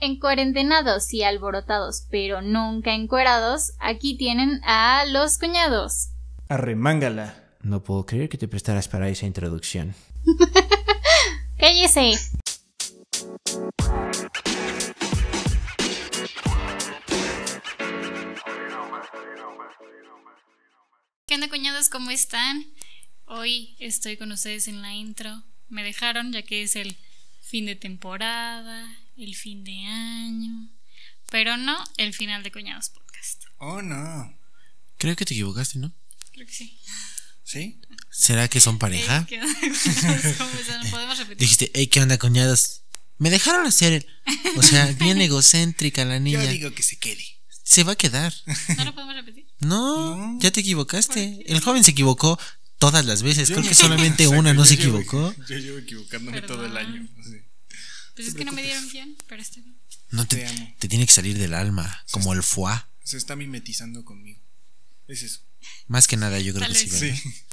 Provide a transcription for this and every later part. Encuarentenados y alborotados, pero nunca encuerados, aquí tienen a los cuñados. Arremángala. No puedo creer que te prestaras para esa introducción. ¡Cállese! ¿Qué onda, cuñados? ¿Cómo están? Hoy estoy con ustedes en la intro. Me dejaron ya que es el fin de temporada, el fin de año, pero no el final de Cuñados Podcast. Oh, Ah. no. Creo que te equivocaste, ¿no? Creo que sí. ¿Sí? ¿Será que son pareja? Eh, ¿qué onda, cuñados? ¿Cómo están? Podemos repetir. Dijiste, hey, ¿qué onda, cuñados? Me dejaron hacer el... O sea, bien egocéntrica la Yo niña. digo que se quede. Se va a quedar. ¿No lo podemos repetir? No, No. ya te equivocaste. El joven se equivocó todas las veces. Yo Creo me- que solamente Exacto, una no yo se llevo- equivocó. Yo llevo equivocándome todo el Perdón. año. sí. Pues es que no me dieron bien, pero está bien. No te, Te amo. te tiene que salir del alma, como el foie. Se está mimetizando conmigo. Es eso. Más que nada, yo creo Tal que sí. vez. ¿verdad? Sí.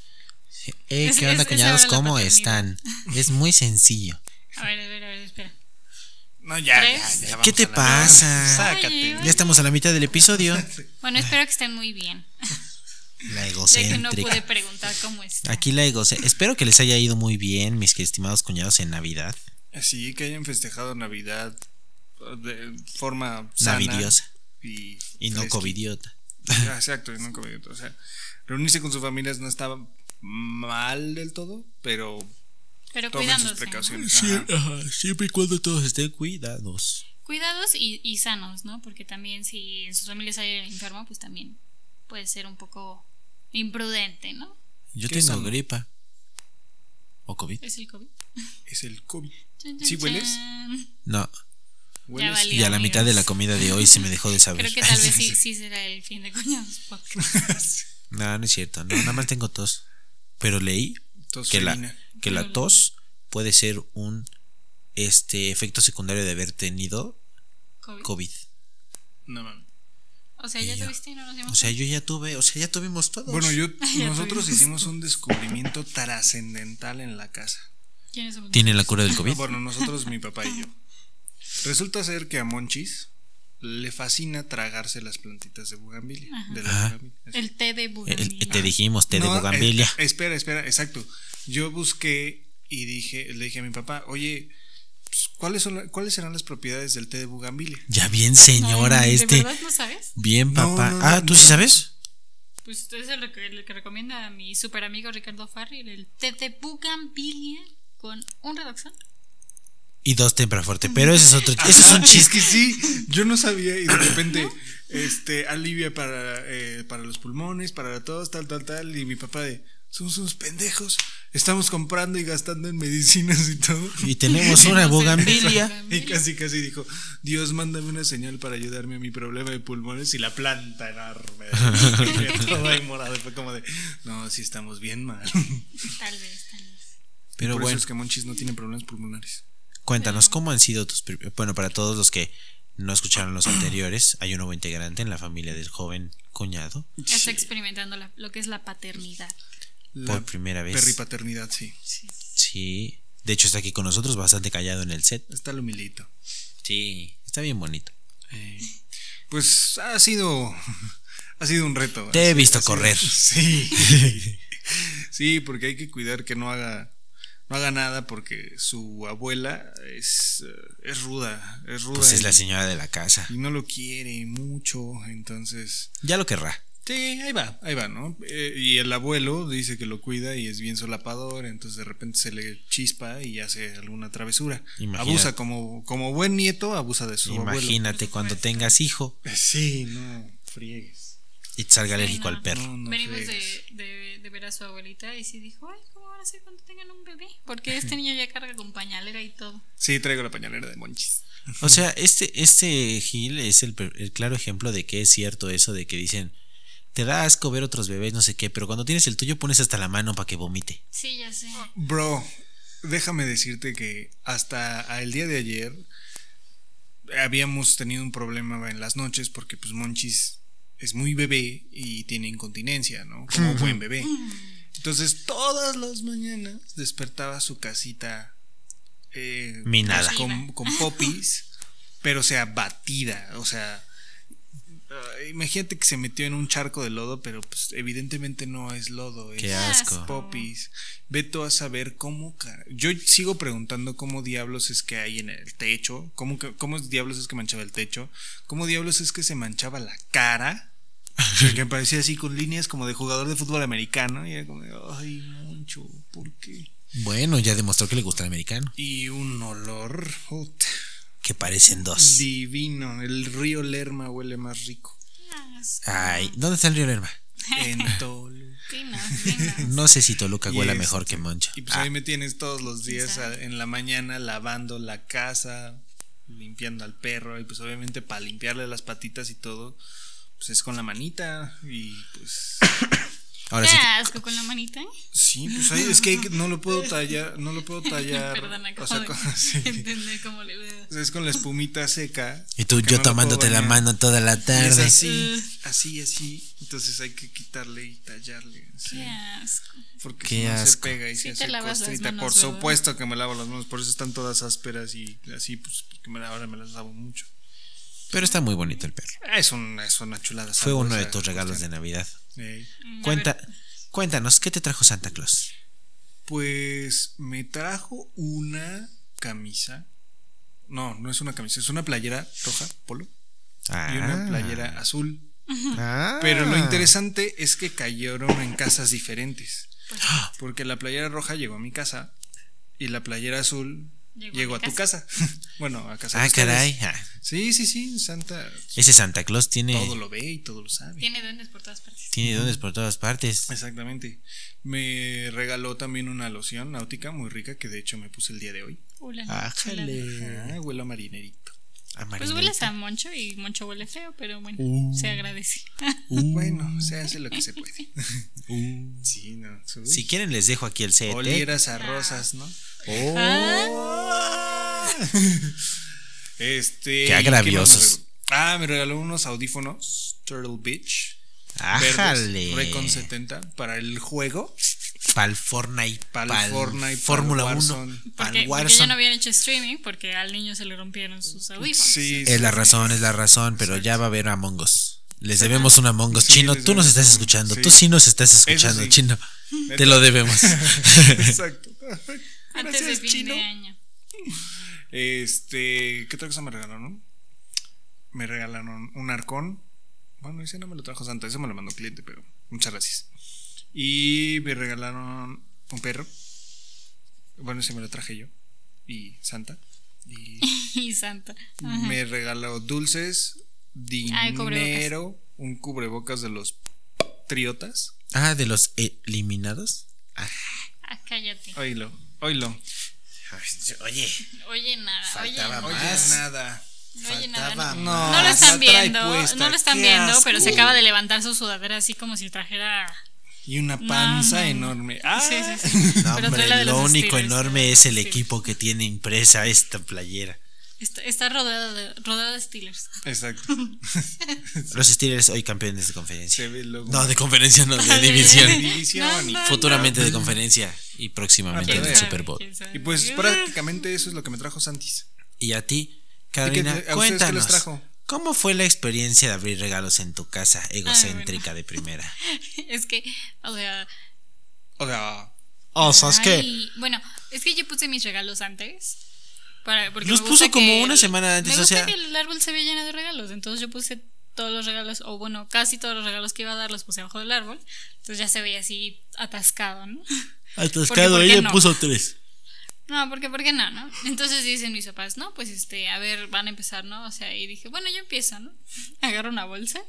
Hey, Es- ¿qué es- onda, esa cuñados? era la ¿Cómo paternidad. están? Es muy sencillo. A ver, a ver, a ver, espera. No, ya, ya, ¿Tres? ya vamos ¿Qué te a la- pasa? Sácate. Oye. Ya estamos a la mitad del episodio. Bueno, espero que estén muy bien. La Ya que no pude egocéntrica. preguntar cómo están. Aquí la egocéntrica. Espero que les haya ido muy bien, mis estimados cuñados, en Navidad. Sí, que hayan festejado Navidad eh, de forma sana Navidiosa. y, Y no fresquita. covidiota. Ah, Exacto, y no covidiota. O sea, reunirse con sus familias no está mal del todo, pero Pero tomen sus cuidándose. ¿no? precauciones. Ajá. siempre y cuando todos estén cuidados. Cuidados y, y sanos, ¿no? Porque también si en sus familias hay alguien enfermo, pues también puede ser un poco imprudente, ¿no? Yo ¿Qué tengo son? gripa. ¿O COVID? Es el COVID. Es el COVID. Chan, chan, ¿Sí hueles? chan. No, Hueles- valió. Sí, y a la amigos. mitad de la comida de hoy se me dejó de saber. Creo que tal vez sí, sí será el fin de Cuñados Podcast. no, no es cierto. No, nada más tengo tos. Pero leí que la, Tosferina. que la tos puede ser un este efecto secundario de haber tenido COVID. COVID. No mames. O sea, ya Y ya. tuviste y este, no nos dimos O sea, yo ya tuve, o sea, ya tuvimos todos. Bueno, yo, Ya nosotros tuvimos. hicimos un descubrimiento trascendental en la casa. ¿Quiénes somos? ¿Tiene la cura del COVID? Bueno, nosotros, mi papá y yo. Resulta ser que a Monchis le fascina tragarse las plantitas de bugambilia. De la Ajá. bugambilia. El té de El- el- Bugambilia. Eh, te dijimos, te de No, bugambilia. eh, espera, espera, exacto. Yo busqué y dije, le dije a mi papá, oye, pues, ¿cuáles, son la- ¿cuáles serán las propiedades del té de bugambilia? ya bien, señora, Ay, este. ¿De verdad no sabes? Bien, eh. No, papá. no, no, ah, ¿tú no. sí sabes? Pues usted es el que, el que recomienda a mi super amigo Ricardo Farril, el té de Bugambilia con un redoxón. Y dos fuerte Pero ese es otro. Ese es un Es chiste. que sí, yo no sabía y de repente este alivia para, eh, para los pulmones, para la tos, tal, tal, tal. Y mi papá de, son sus pendejos, estamos comprando y gastando en medicinas y todo. Y tenemos una No sé, bugambilia. Y casi, casi dijo, Dios, mándame una señal para ayudarme a mi problema de pulmones y la planta enorme. Todo ahí morado. Fue como de, no, sí estamos bien mal. Tal vez, tal vez. Pero Por bueno, eso es que Monchis no tiene problemas pulmonares. cuéntanos cómo han sido tus. prim- Bueno, para todos los que no escucharon los anteriores, hay un nuevo integrante en la familia del joven cuñado. Está experimentando la- lo que es la paternidad. La Por primera vez. Perripaternidad, sí. Sí. Sí. De hecho, está aquí con nosotros, bastante callado en el set. Está lo humilito. Sí. Está bien bonito. Eh, pues ha sido ha sido un reto. Te he Ha sido- visto ha sido- correr. Sí. sí, porque hay que cuidar que no haga no haga nada porque su abuela es eh, es ruda, es ruda. Pues es y, la señora de la casa. y no lo quiere mucho, entonces Ya lo querrá. Sí, ahí va, ahí va, ¿no? Eh, y el abuelo dice que lo cuida y es bien solapador, entonces de repente se le chispa y hace alguna travesura. Imagínate. Abusa como como buen nieto, abusa de su abuelo. Imagínate cuando tengas hijo Sí, no, friegues. y te salga Sí, alérgico no. al perro. No, no Venimos de, friegues. de- de ver a su abuelita y sí dijo, ay, ¿cómo van a hacer cuando tengan un bebé? Porque este niño ya carga con pañalera y todo. Sí, traigo la pañalera de Monchis. O sea, este, este Gil es el, per- el claro ejemplo de que es cierto eso de que dicen, te da asco ver otros bebés, no sé qué, pero cuando tienes el tuyo pones hasta la mano para que vomite. Sí, ya sé. Bro, déjame decirte que hasta el día de ayer habíamos tenido un problema en las noches porque pues Monchis es muy bebé y tiene incontinencia, ¿no? Como buen bebé. Entonces todas las mañanas despertaba su casita eh, Minada. pues, con, con popis pero o sea, batida, o sea, ah, imagínate que se metió en un charco de lodo, pero pues evidentemente no es lodo, Qué es asco. popis. Veto a saber cómo. ca- Yo sigo preguntando cómo diablos es que hay en el techo, cómo, que- cómo diablos es que manchaba el techo, cómo diablos es que se manchaba la cara. O sea, que parecía así con líneas como de jugador de fútbol americano. Y era como, de, ay, Moncho, ¿por qué? Bueno, ya demostró que le gusta el americano. Y un olor puta, Que parecen dos. divino. El río Lerma huele más rico. Ay, ¿dónde está el río Lerma? En Toluca. Dinos, dinos. No sé si Toluca Y huela este, mejor que Moncho. Y pues Ah, ahí me tienes todos los días Exacto. a- en la mañana lavando la casa, limpiando al perro y pues obviamente para limpiarle las patitas y todo, pues es con la manita y pues ahora Qué sí. asco con la manita. ¿eh? sí, pues ahí es que hay que- no lo puedo tallar, no lo puedo tallar. Perdón, acabo o sea, de con- sí. entender cómo le O sea, es con la espumita seca. Y tú, yo que no lo puedo tomándote la bañar. mano toda la Y es tarde. así, así, así. Entonces hay que quitarle y tallarle. así. Qué asco. Porque Qué si no se asco. pega y Sí se te hace lavas las costrita. manos, por ¿verdad? supuesto que me lavo las manos, por eso están todas ásperas y así, pues porque me, la- ahora me las lavo mucho. Pero está muy bonito el perro. Es una, es una chulada. Fue uno de tus regalos de Navidad. Eh, Cuenta, cuéntanos, ¿qué te trajo Santa Claus? Pues me trajo una camisa. No, no es una camisa, es una playera roja, polo, y una playera azul. Ah. Pero lo interesante es que cayeron en casas diferentes. Pues Porque la playera roja llegó a mi casa y la playera azul Llegó llegó, a mi a tu casa. bueno, a casa de Ah, ustedes. caray. ah. Sí, sí, sí, Santa Ese Santa Claus tiene, todo lo ve y todo lo sabe. Tiene duendes por todas partes. tiene dones por todas partes. Pues, Exactamente. Me regaló también una loción náutica muy rica que de hecho me puse el día de hoy. Ula, ula. Ájale. Ah, huelo a marinerito. Pues Amarillo. hueles a Moncho y Moncho huele feo, pero bueno, Uh. se agradece. Uh. Bueno, se hace lo que se puede. Sí, no. uy. Si quieren les dejo aquí el CET. Olieras a rosas, ¿no? Oh. Qué Este. ¿y más me agraviosos. regaló? Ah, me regaló unos audífonos Turtle Beach. Ájale. Recon 70 para el juego. Pal Fortnite. Pal pal Fortnite, pal Fórmula Warzone. 1. Porque, Pal porque ya no Warzone. habían hecho streaming porque al niño se le rompieron sus audífonos. Sí, Es la sí. razón, es la razón, pero ya va a haber Among Us. Les debemos un Among Us. Chino, les tú nos debemos estás un- escuchando. sí. Tú sí nos estás escuchando, sí. Chino. Te lo debemos. Exacto. Antes Gracias, de fin Chino. de año. Este, ¿qué otra cosa me regalaron? Me regalaron un arcón. Bueno, ese no me lo trajo Santa, ese me lo mandó cliente, pero muchas gracias. Y me regalaron un perro. Bueno, ese me lo traje yo y Santa. Y Y Santa. Ajá. me regaló dulces, Ay, cubrebocas. dinero, un cubrebocas de los triotas. ah, de los eliminados. Ah, cállate. Oílo, oílo. Oye, Oye, nada. Faltaba oye, Oye, Más. nada. no oye nada. faltaba No, más. no lo la están Ah, trae viendo, puesta, no lo están qué viendo, pero se asco. acaba de levantar su sudadera así como si trajera. Y una panza no, no. enorme. Ah, Sí, sí, sí. No, Pero trae hombre, la de lo los único Steelers, enorme la de es los el Steelers. equipo que tiene impresa esta playera. Está, está rodeada de, rodeada de Steelers. Exacto. Los Steelers hoy campeones de conferencia. Se ve el logo. No, de conferencia no, de división. División y- Futuramente de conferencia y Ah, próximamente pero en el vea. Super Bowl. Y pues prácticamente eso es lo que me trajo Santis. Y a ti, ¿Y Carolina, qué te- a ustedes qué les cuéntanos. trajo? ¿Cómo fue la experiencia de abrir regalos en tu casa egocéntrica de primera? Es que, o sea. O sea, O ay, Bueno, es que yo puse mis regalos antes. Para, porque Los me gusta puso como que una el- semana antes, me o gusta sea- que el árbol se ve lleno de regalos. Entonces yo puse todos los regalos, o bueno, casi todos los regalos que iba a dar los puse abajo del árbol. Entonces ya se veía así atascado, ¿no? Atascado, ¿por qué ella no? puso tres. No, porque, ¿por qué no, no? Entonces dicen mis papás, no, pues este, a ver, van a empezar, ¿no? O sea, y dije, bueno, yo empiezo, ¿no? Agarro una bolsa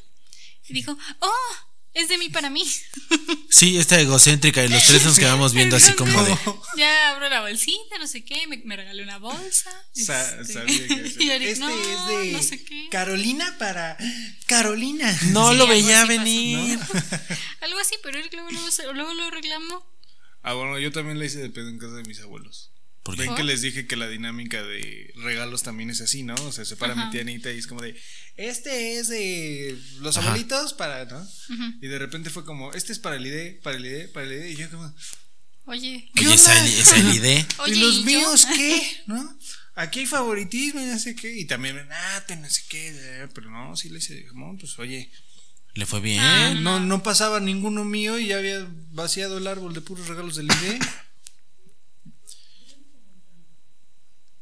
y dijo, ¡oh! Es de mí para mí. Sí, esta egocéntrica y los tres nos quedamos Pues viendo así como de. Ya abro la bolsita, no sé qué, me, me regalé una bolsa. sa- este, sabía que y ahorita, este no, es de no sé qué. Carolina para Carolina. No Sí, lo algo veía así pasó, venir. Algo así, pero él luego, luego, se- luego lo reclamó. Ah, bueno, yo también le hice de pedo en casa de mis abuelos. ¿Por qué? Ven que les dije que la dinámica de regalos también es así, ¿no? O sea, se para Ajá. mi tía Anita y es como de, este es de los Ajá. abuelitos para, ¿no? Y de repente fue como, este es para el ID, para el ID, para el ID. Y yo como, Oye, ¿qué Oye, onda? Sally, Sally D. Oye, ¿Y los yo? míos qué? ¿No? Aquí hay favoritismo y no sé qué. Y también, ah, te no sé qué. eh, Pero no, sí le hice jamón, pues oye. Le fue bien. Ah, eh, No, no pasaba ninguno mío y ya había vaciado el árbol de puros regalos del ID.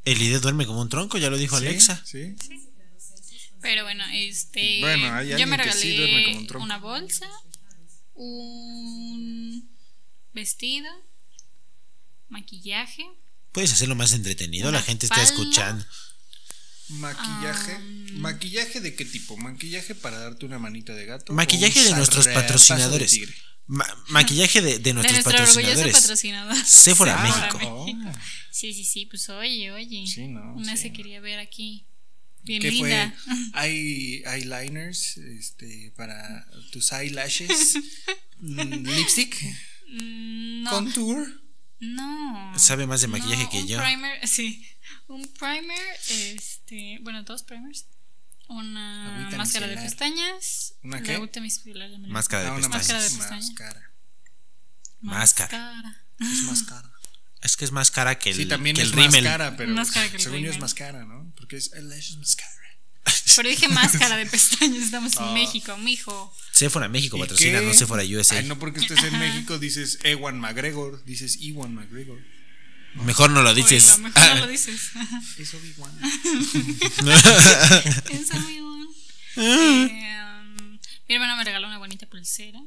El ID duerme como un tronco, ya lo dijo Alexa. Sí. Pero bueno, este. Bueno, hay yo me alguien que regalé sí duerme como un tronco. una bolsa, un vestido, maquillaje, Puedes hacerlo más entretenido, Una la gente está falda. escuchando. Maquillaje. Ah. ¿Maquillaje de qué tipo? ¿Maquillaje para darte una manita de gato? Maquillaje ¿O un de nuestros zarpazo de patrocinadores. tigre? Ma- maquillaje de, de de nuestros nuestro orgulloso patrocinadores. patrocinador. Sephora Ah, México. Oh, Sí, sí, sí, pues oye, oye. Sí, no, Una sí. se quería ver aquí. Bien ¿Qué linda. fue? Hay eyeliners este, para tus eyelashes. Mm, Lipstick. Mm, No, Contour. no. Sabe más de maquillaje No, que un yo. Primer, sí. Un primer, este. Bueno, dos primers. Una Agüita máscara de micelar. pestañas. ¿Una la qué? agüita micelar, ya me la- Máscara de Ah, una Máscara pestañas. de más pestañas. cara. Máscara. Es más cara. Es que es más cara que el, sí, también que es el rímel. más cara, pero Más cara que el según yo es rímel. más cara, ¿no? Porque es eyelashes más cara. Pero dije máscara de pestañas. Estamos en Ah. México, mijo. Sephora México ¿Y patrocina, qué? no Sephora USA. Ay, no porque estés en México dices Ewan McGregor, dices Ewan McGregor. Mejor no lo Oye, dices. Ah. lo mejor no lo dices. Es Obi-Wan. Piensa muy bueno. Eh, Mi hermana me regaló una bonita pulsera.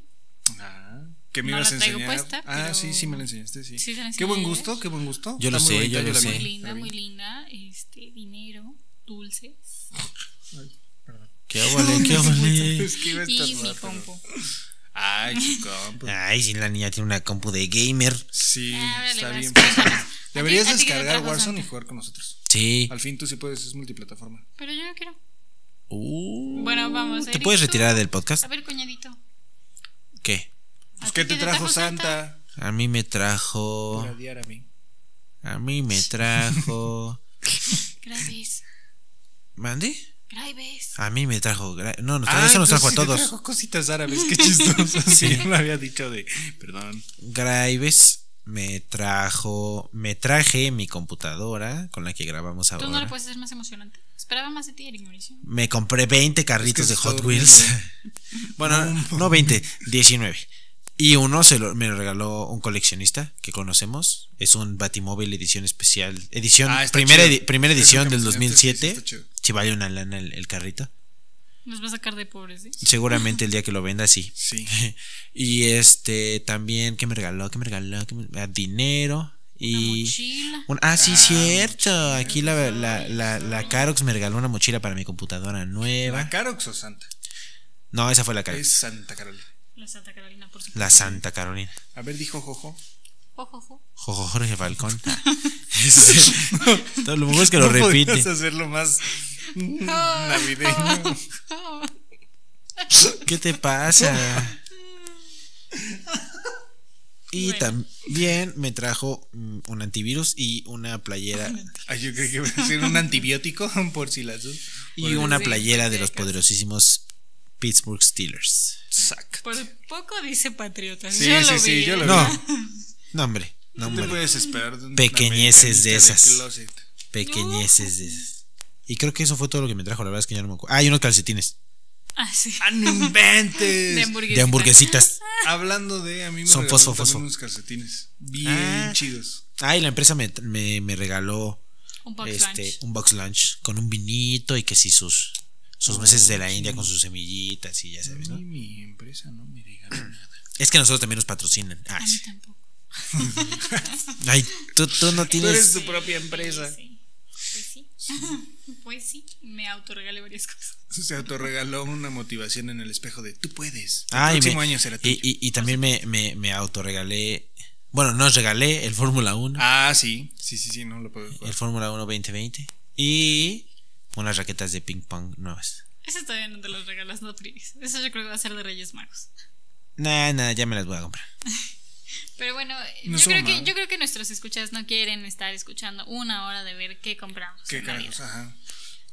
Ah, que me No ibas la a traigo enseñar. puesta, ah, pero- sí, sí me la enseñaste, sí. Sí, se la qué buen enseñé. gusto, qué buen gusto. Yo lo Está muy sé, bonita, yo lo la sé. vi, Muy la linda, vi. muy linda. Este, dinero, dulces. ¿Qué óvole, qué óvole. Es que iba a Y mi estornudar, pero- compu. Ay, qué compu. Ay, sí, la niña tiene una compu de gamer. Sí, Ah, órale, está vas, bien. cuéntanos. padre. ¿A ti- Deberías a ti qué te descargar trajo Warzone y Santa? jugar con nosotros. Sí. Al fin tú sí puedes, es multiplataforma. Pero yo no quiero. Uh, Bueno, vamos, ¿Te Eric, puedes tú. retirar del podcast? A ver, cuñadito. ¿Qué? ¿A Pues, ti ¿Qué te trajo Santa? A mí me Para trajo. odiar a mí. A mí me trajo. Graves, ¿Mandy? graves. A mí me trajo. gra- No, nos Ah, eso nos trajo a entonces sí te todos. trajo cositas árabes, qué chistoso. sí, no había dicho de. Perdón. Graves me trajo. Me traje mi computadora con la que grabamos ¿Tú no ahora. lo puedes hacer más emocionante? Esperaba más de ti, Eric Mauricio. me compré 20 carritos Es de que está Hot Wheels. bueno, No. no 20, 19. Y uno se lo, me lo regaló un coleccionista que conocemos. Es un Batimóvil edición especial. Edición, Ah, está primera, chido. edi- primera Eso edición que del me enseñaste, sí, 2007. está chido. Si vale una lana el, el carrito. Nos va a sacar de pobres, ¿eh? Seguramente el día que lo venda, sí. Sí. Y este también, ¿qué me regaló? ¿Qué me regaló? ¿Qué me- ah, dinero. Una Y. mochila. Un- ah, sí, cierto. Aquí la, la, la, la Carox me regaló una mochila para mi computadora ¿La nueva. Ah, Carox o Santa? No, esa fue la Carox. Es Santa Carolina. La Santa Carolina, por supuesto. La Santa Carolina. A ver, dijo Jojo. Ojo, ojo. Jojo Jorge Falcón. Este, todo lo mejor es que lo No repite. podías hacerlo más mm, Oh, navideño. ¿Qué te pasa? Y también me trajo mm, un antivirus y una playera. Ay, yo creo que iba a decir un antibiótico por si las dos. Y una playera de los poderosísimos Pittsburgh Steelers. Sac. Por poco dice patriota. Sí, yo sí, lo sí, vi, yo ¿eh? lo No, no, hombre. No, No te hombre. puedes esperar de un Pequeñeces de americanista esas. closet. Pequeñeces de esas. Y creo que eso fue todo lo que me trajo. La verdad es que ya no me acuerdo. Ah, y unos calcetines. Ah, sí. ¡Ah, no inventes! De hamburguesita. De hamburguesitas. Hablando de, a mí me Son regalaron fosfo, también fosfo. unos calcetines. Bien Ah. chidos. Ah, y la empresa me, me- me regaló Un box este, lunch. un box lunch con un vinito y que sí sus, Oh, sus meses de la India con sus semillitas y ya A sabes, mí ¿no? mi empresa no me regaló nada. Es que nosotros también nos patrocinan. A Ay, mí sí. tampoco. Ay, tú, tú no Tú eres tienes... tu propia empresa. Sí, Pues sí. Pues sí. Me autorregalé varias cosas. Se autorregaló una motivación en el espejo de tú puedes. El Ay, próximo me- año será Ah, y, tuyo. y- y también me, me, me autorregalé... Bueno, nos regalé el Fórmula 1. Ah, sí. Sí, sí, sí, no lo puedo jugar. El Fórmula 1 2020. Y unas raquetas de ping pong nuevas. Eso todavía no te los regalas, no friegues. Eso yo creo que va a ser de Reyes Magos. Nada, nada, ya me las voy a comprar. Pero bueno, eh, No yo, estuvo creo que, mal. yo creo que nuestros escuchas no quieren estar escuchando una hora de ver qué compramos. ¿Qué en Navidad. carajos? Ajá.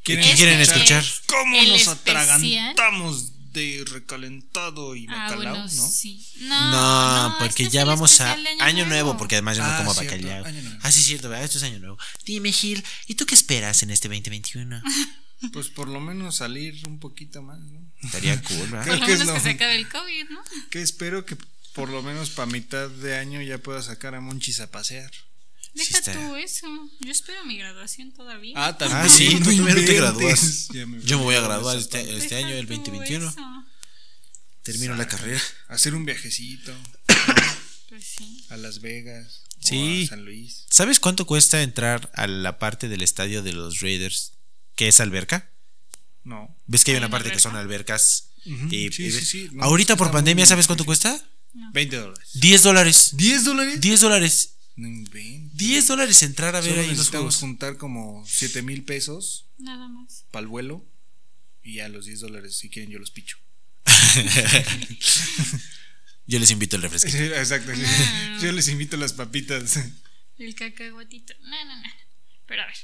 ¿Qué quieren escuchar? es ¿Cómo el nos especial atragantamos de recalentado y Ah, bacalao, bueno, ¿no? sí. No, Ah, No, no, porque este ya fue el vamos a especial de año, nuevo. porque además yo no Ah, como cierto, bacalao. Año Nuevo. Ah, sí, es cierto, ¿verdad? Esto es año nuevo. Dime, Gil, ¿y tú qué esperas en este 2021? Pues por lo menos salir un poquito más, ¿no? Estaría cool, Por ¿verdad? lo que es menos que lo- se acabe el COVID, ¿no? Que espero que por lo menos para mitad de año ya pueda sacar a Monchis a pasear. Deja está. tú eso. Yo espero mi graduación todavía. Ah, también. Ah, sí, tú no todavía no te inventes. gradúas. Ya me Yo me voy a graduar Esa este, parte. este Deja año, el tú 2021. eso. Termino la carrera. Hacer un viajecito Pues sí. a Las Vegas Sí. o a San Luis. ¿Sabes cuánto cuesta entrar a la parte del estadio de los Raiders que es alberca? No. ¿Ves que hay ¿Hay una una parte que son albercas? Ujú, Y- sí, y sí, ves- sí, no, Ahorita por está muy pandemia, bien, ¿sabes sí, cuánto sí. cuesta? 20 dólares. 10 dólares. ¿10 dólares? 10 dólares. No inventes. 10 dólares entrar a ver Solo ahí los necesitamos juegos. juntar como 7 mil pesos Nada más. para el vuelo. Y ya los 10 dólares, si quieren, yo los picho. Yo les invito el refresco. Exacto. sí. No. Yo les invito las papitas. El cacahuatito. No, no, no. Pero a ver.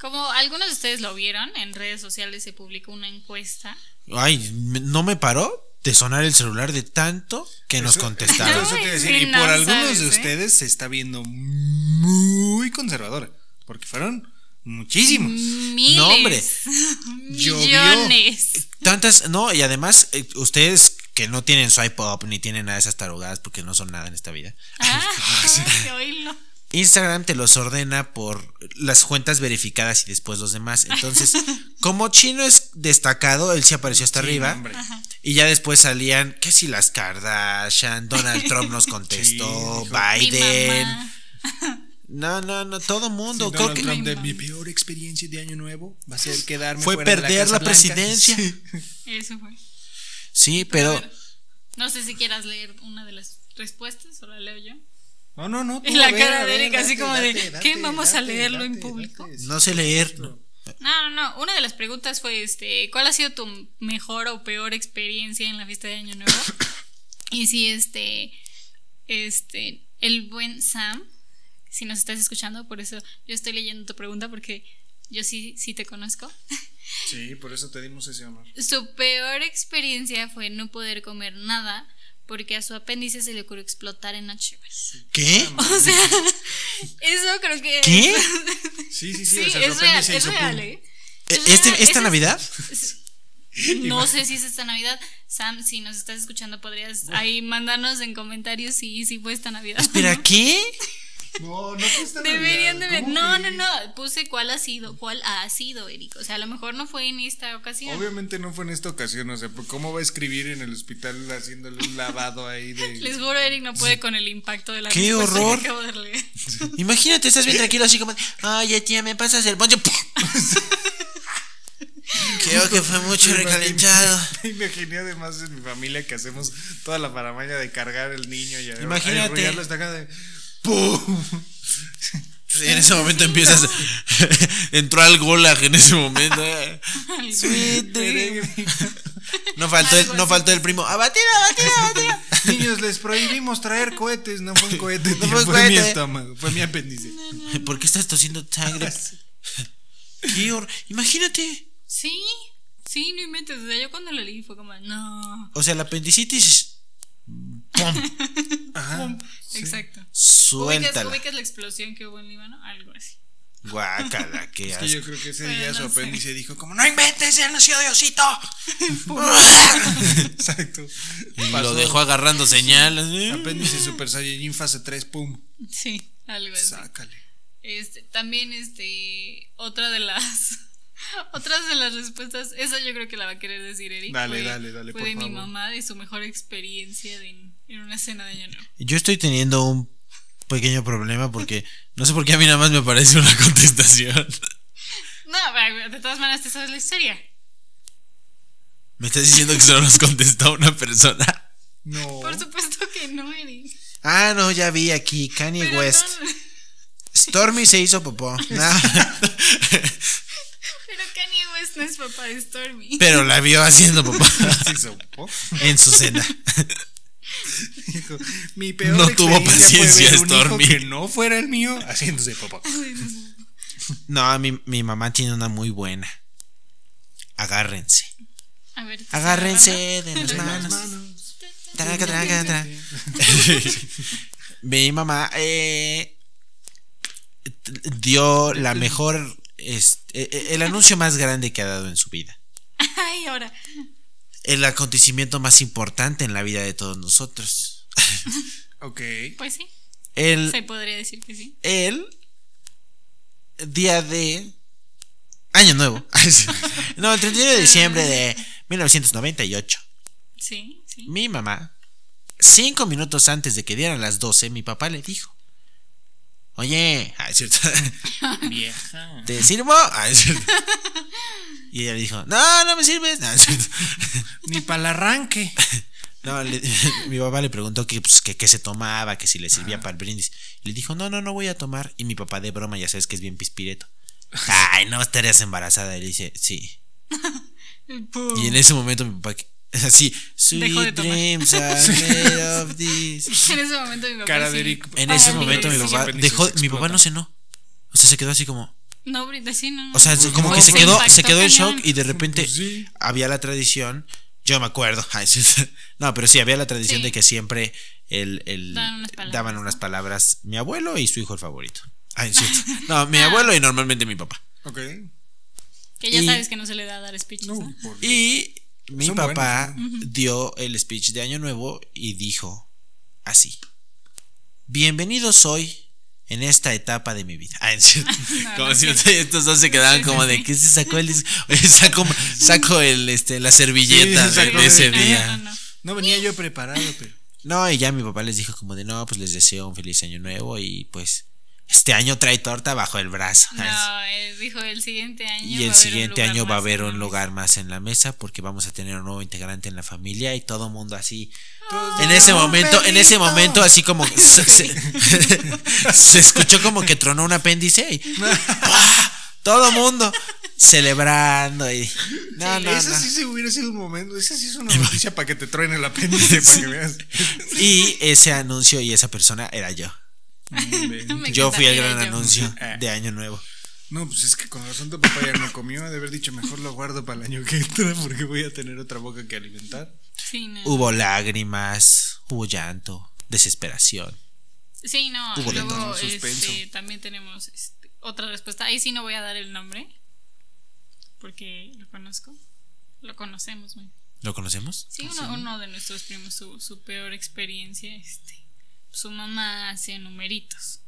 Como algunos de ustedes lo vieron, en redes sociales se publicó una encuesta. Ay, me- no me paró de sonar el celular de tanto que nos Eso- contestaron. eso te iba a decir, Sí, Y no, por algunos sabes, de ¿eh? ustedes se está viendo muy conservadora. Porque fueron Mm. muchísimos. Miles. No, hombre. Llovió. Millones. Tantas, no, y además, eh, ustedes que no tienen swipe up ni tienen nada de esas tarugadas porque no son nada en esta vida. Ah, de oírlo. Instagram te los ordena por las cuentas verificadas y después los demás. Entonces, como Chino es destacado, él sí apareció hasta Sí, arriba. hombre. Y ya después salían, que si las Kardashian, Donald Trump nos contestó, Sí, dijo, Mi Biden. mamá. No, no, no, todo mundo. Sí, Creo Donald que Trump de Mi mi peor experiencia de año nuevo va a ser quedarme fue fuera de perder Casa la, Blanca. presidencia. Sí. Eso fue. Sí, pero ver. No sé si quieras leer una de las respuestas o la leo yo. No, no, no. tú, Y la a ver, cara a de ver, Erika así date, como de, date, ¿qué, date, vamos a date, leerlo en date, público? date, no sé leer. No, no, no. Una de las preguntas fue este, ¿cuál ha sido tu mejor o peor experiencia en la fiesta de Año Nuevo? y si este, este, el buen Sam, si nos estás escuchando, por eso yo estoy leyendo tu pregunta porque yo sí, sí te conozco. Sí, por eso te dimos ese honor. Su peor experiencia fue no poder comer nada porque a su apéndice se le ocurrió explotar en Nochebuena. ¿Qué? O sea, eso creo que... ¿Qué? Sí, sí, sí. Sí, o sea, su es real, apéndice es hizo real, pum. ¿eh? Es real, ¿Este, ese ¿Esta es- Navidad? No sé si es esta Navidad. Sam, si nos estás escuchando, podrías ahí mandarnos en comentarios si, si fue esta Navidad. ¿Pero qué? No, no fue esta Deberían de Navidad, ver. ¿cómo No, no, crees? no. Puse cuál ha sido, cuál ha sido, Eric. O sea, a lo mejor no fue en esta ocasión. Obviamente no fue en esta ocasión, o sea, pues, ¿cómo va a escribir en el hospital haciéndole un lavado ahí Les de... juro, Eric no puede con el impacto de la ¡Qué respuesta horror! que acabo de leer. Imagínate, estás bien tranquilo así como, oye tía, me pasas el poncho. ¡Pum! Creo que fue mucho recalentado. Me imaginé además en mi familia que hacemos toda la paramaña de cargar el niño y Imagínate. arrollarlo hasta acá de... ¡Pum! En ese momento empiezas. Entró al Golag en ese momento. Sweet dream. No faltó, el, no faltó el primo. ¡Abatida, abatida, abatida! Niños, les prohibimos traer cohetes, no fue un cohete, No tío, fue un fue, mi cohete. estómago, fue mi apéndice. ¿Por qué estás tosiendo sangre? Qué hor- Imagínate. Sí, sí, no inventes. O sea, yo cuando lo leí fue como, no. O sea, la apendicitis. ¡Pum! Ajá. Exacto. ¿Ubicas, Suéltala. ubicas la explosión que hubo en Líbano? Algo así. Guácala, qué Es que yo asco. creo que ese Bueno, día su no sé. apéndice dijo como no ¡No hay... inventes! ¡Ya nació Diosito! Exacto. Y Pasó. lo dejó agarrando señales. Apéndice Super Saiyajin fase 3, pum. Pues Sí, algo así. Sácale. Este, también este otra de las otras de las respuestas, esa yo creo que la va a querer decir Eric. Dale, dale, dale, fue por de mi favor. mamá de su mejor experiencia de- en una cena de año nuevo. Yo estoy teniendo un pequeño problema porque no sé por qué a mí nada más me aparece una contestación. No, pero de todas maneras te sabes la historia. ¿Me estás diciendo que solo nos contestó una persona? No. Por supuesto que no, Eric. Ah, no, ya vi aquí, Kanye Pero West. no- Stormy se hizo popó. Ah, pero Kanye West no es papá de Stormy. pero la vio haciendo popó Sí, supo. en su cena. Dijo, Mi peor No tuvo experiencia paciencia, fue ver un hijo Stormy. que no fuera el mío haciéndose papá. No, mi, mi mamá tiene una muy buena. Agárrense. A ver. ¿te Agárrense de las En las manos. manos. Traca, traca, traca. Mi mamá eh, t- dio la mejor. este, eh, eh, el anuncio más grande que ha dado en su vida. agarra? Ay, ahora. El acontecimiento más importante en la vida de todos nosotros. Ok. Pues sí, se El, podría decir que sí. el día de. Año Nuevo. no, el 31 de diciembre de 1998. Sí, sí. Mi mamá, cinco minutos antes de que dieran las 12, mi papá le dijo: Oye, ah, es cierto, Vieja. ¿te sirvo? Ah, es cierto. Y ella le dijo: No, no me sirves. Ah, es cierto. Ni para el arranque. No, le- mi papá le preguntó que, pues, que qué se tomaba, que si le servía para el brindis. Y le dijo: No, no, no voy a tomar. Y mi papá, de broma, ya sabes que es bien pispireto. Ay, no estarías embarazada. Y le dice: Sí. Pum. Y en ese momento mi papá, así, Dejó de Sweet tomar. dreams are made of this. En ese momento mi papá. Cara sí. de Eric. En ese Ay, momento mi sí. papá Apéndices dejó, mi explotan. papá no cenó. O sea, se quedó así como, No, Brita, sí, no. o sea, no. como que Pues se quedó, se impactó quedó en cañón. shock y de repente Pues sí. había la tradición, yo me acuerdo, ay, sí, sí. no, pero sí había la tradición Sí. de que siempre el, el- Daban unas palabras, daban unas palabras mi abuelo y su hijo el favorito. Ay, sí. No, mi abuelo y normalmente mi papá. Ok. Que ya y- sabes que no se le da a dar speeches. No, ¿no? por Dios. Y mi Son papá dio el speech de Año Nuevo y dijo así: Bienvenidos hoy en esta etapa de mi vida. Ah, en serio. No, como no si es estos dos se quedaban Sí, como sí, de sí. que se sacó el dis- Oye, saco, saco el este la servilleta Sí, de- sacó de ese el- No, día. no, no. No venía yo preparado, pero. No, y ya mi papá les dijo como de no, pues les deseo un feliz año nuevo y pues este año trae torta bajo el brazo. No, eh, dijo el siguiente año. Ah, Y va a haber el un siguiente lugar año va a más haber en la un mesa. lugar más en la mesa porque vamos a tener un nuevo integrante en la familia y todo mundo así. Todos En de- ese ¡Un momento, en ese perrito! momento así como se, se- se escuchó como que tronó un apéndice y ¡pah! todo mundo celebrando y no, no, Esa no. sí se hubiera sido un momento. Esa sí es una noticia para que te truene el apéndice, para que veas. Y ese anuncio y esa persona era yo. Me Yo fui el encantaría gran yo. anuncio de Año Nuevo. No, pues es que con razón tu papá ya no comió. Ha de haber dicho, mejor lo guardo para el año que entra porque voy a tener otra boca que alimentar. Sí, no. Hubo lágrimas, hubo llanto, desesperación. Sí, no. Hubo Luego un suspenso. este, también tenemos este, otra respuesta. Ahí sí no voy a dar el nombre. Porque lo conozco. Lo conocemos muy bien. ¿Lo conocemos? Sí, uno, uno de nuestros primos, su, su peor experiencia, este, su mamá hace numeritos.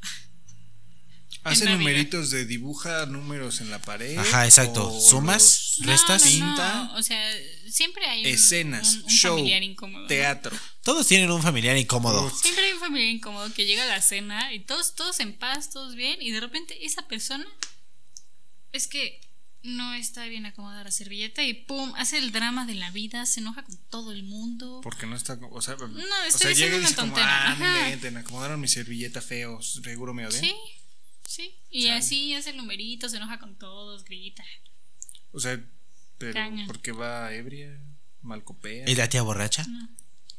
Hace Navidad. numeritos de dibuja números en la pared. Ajá, exacto. o ¿Sumas? los- ¿Restas? No, no, Pinta. no, O sea, siempre hay un, Escenas, un- un show, familiar incómodo. ¿no? teatro. Todos tienen un familiar incómodo. Uf. Siempre hay un familiar incómodo que llega a la cena y todos, todos en paz, todos bien, y de repente esa persona es que no está bien acomodada la servilleta y pum, hace el drama de la vida, se enoja con todo el mundo. Porque no está. O sea, o sea, estoy llega haciendo y una dice como, tontera, ah, no ajá. inventen, acomodaron mi servilleta feo. Seguro me odian. Sí, sí. Y así hace el numerito, se enoja con todos, grita. O sea, pero Caña. porque va ebria, mal copea. ¿Y la tía borracha? Mm.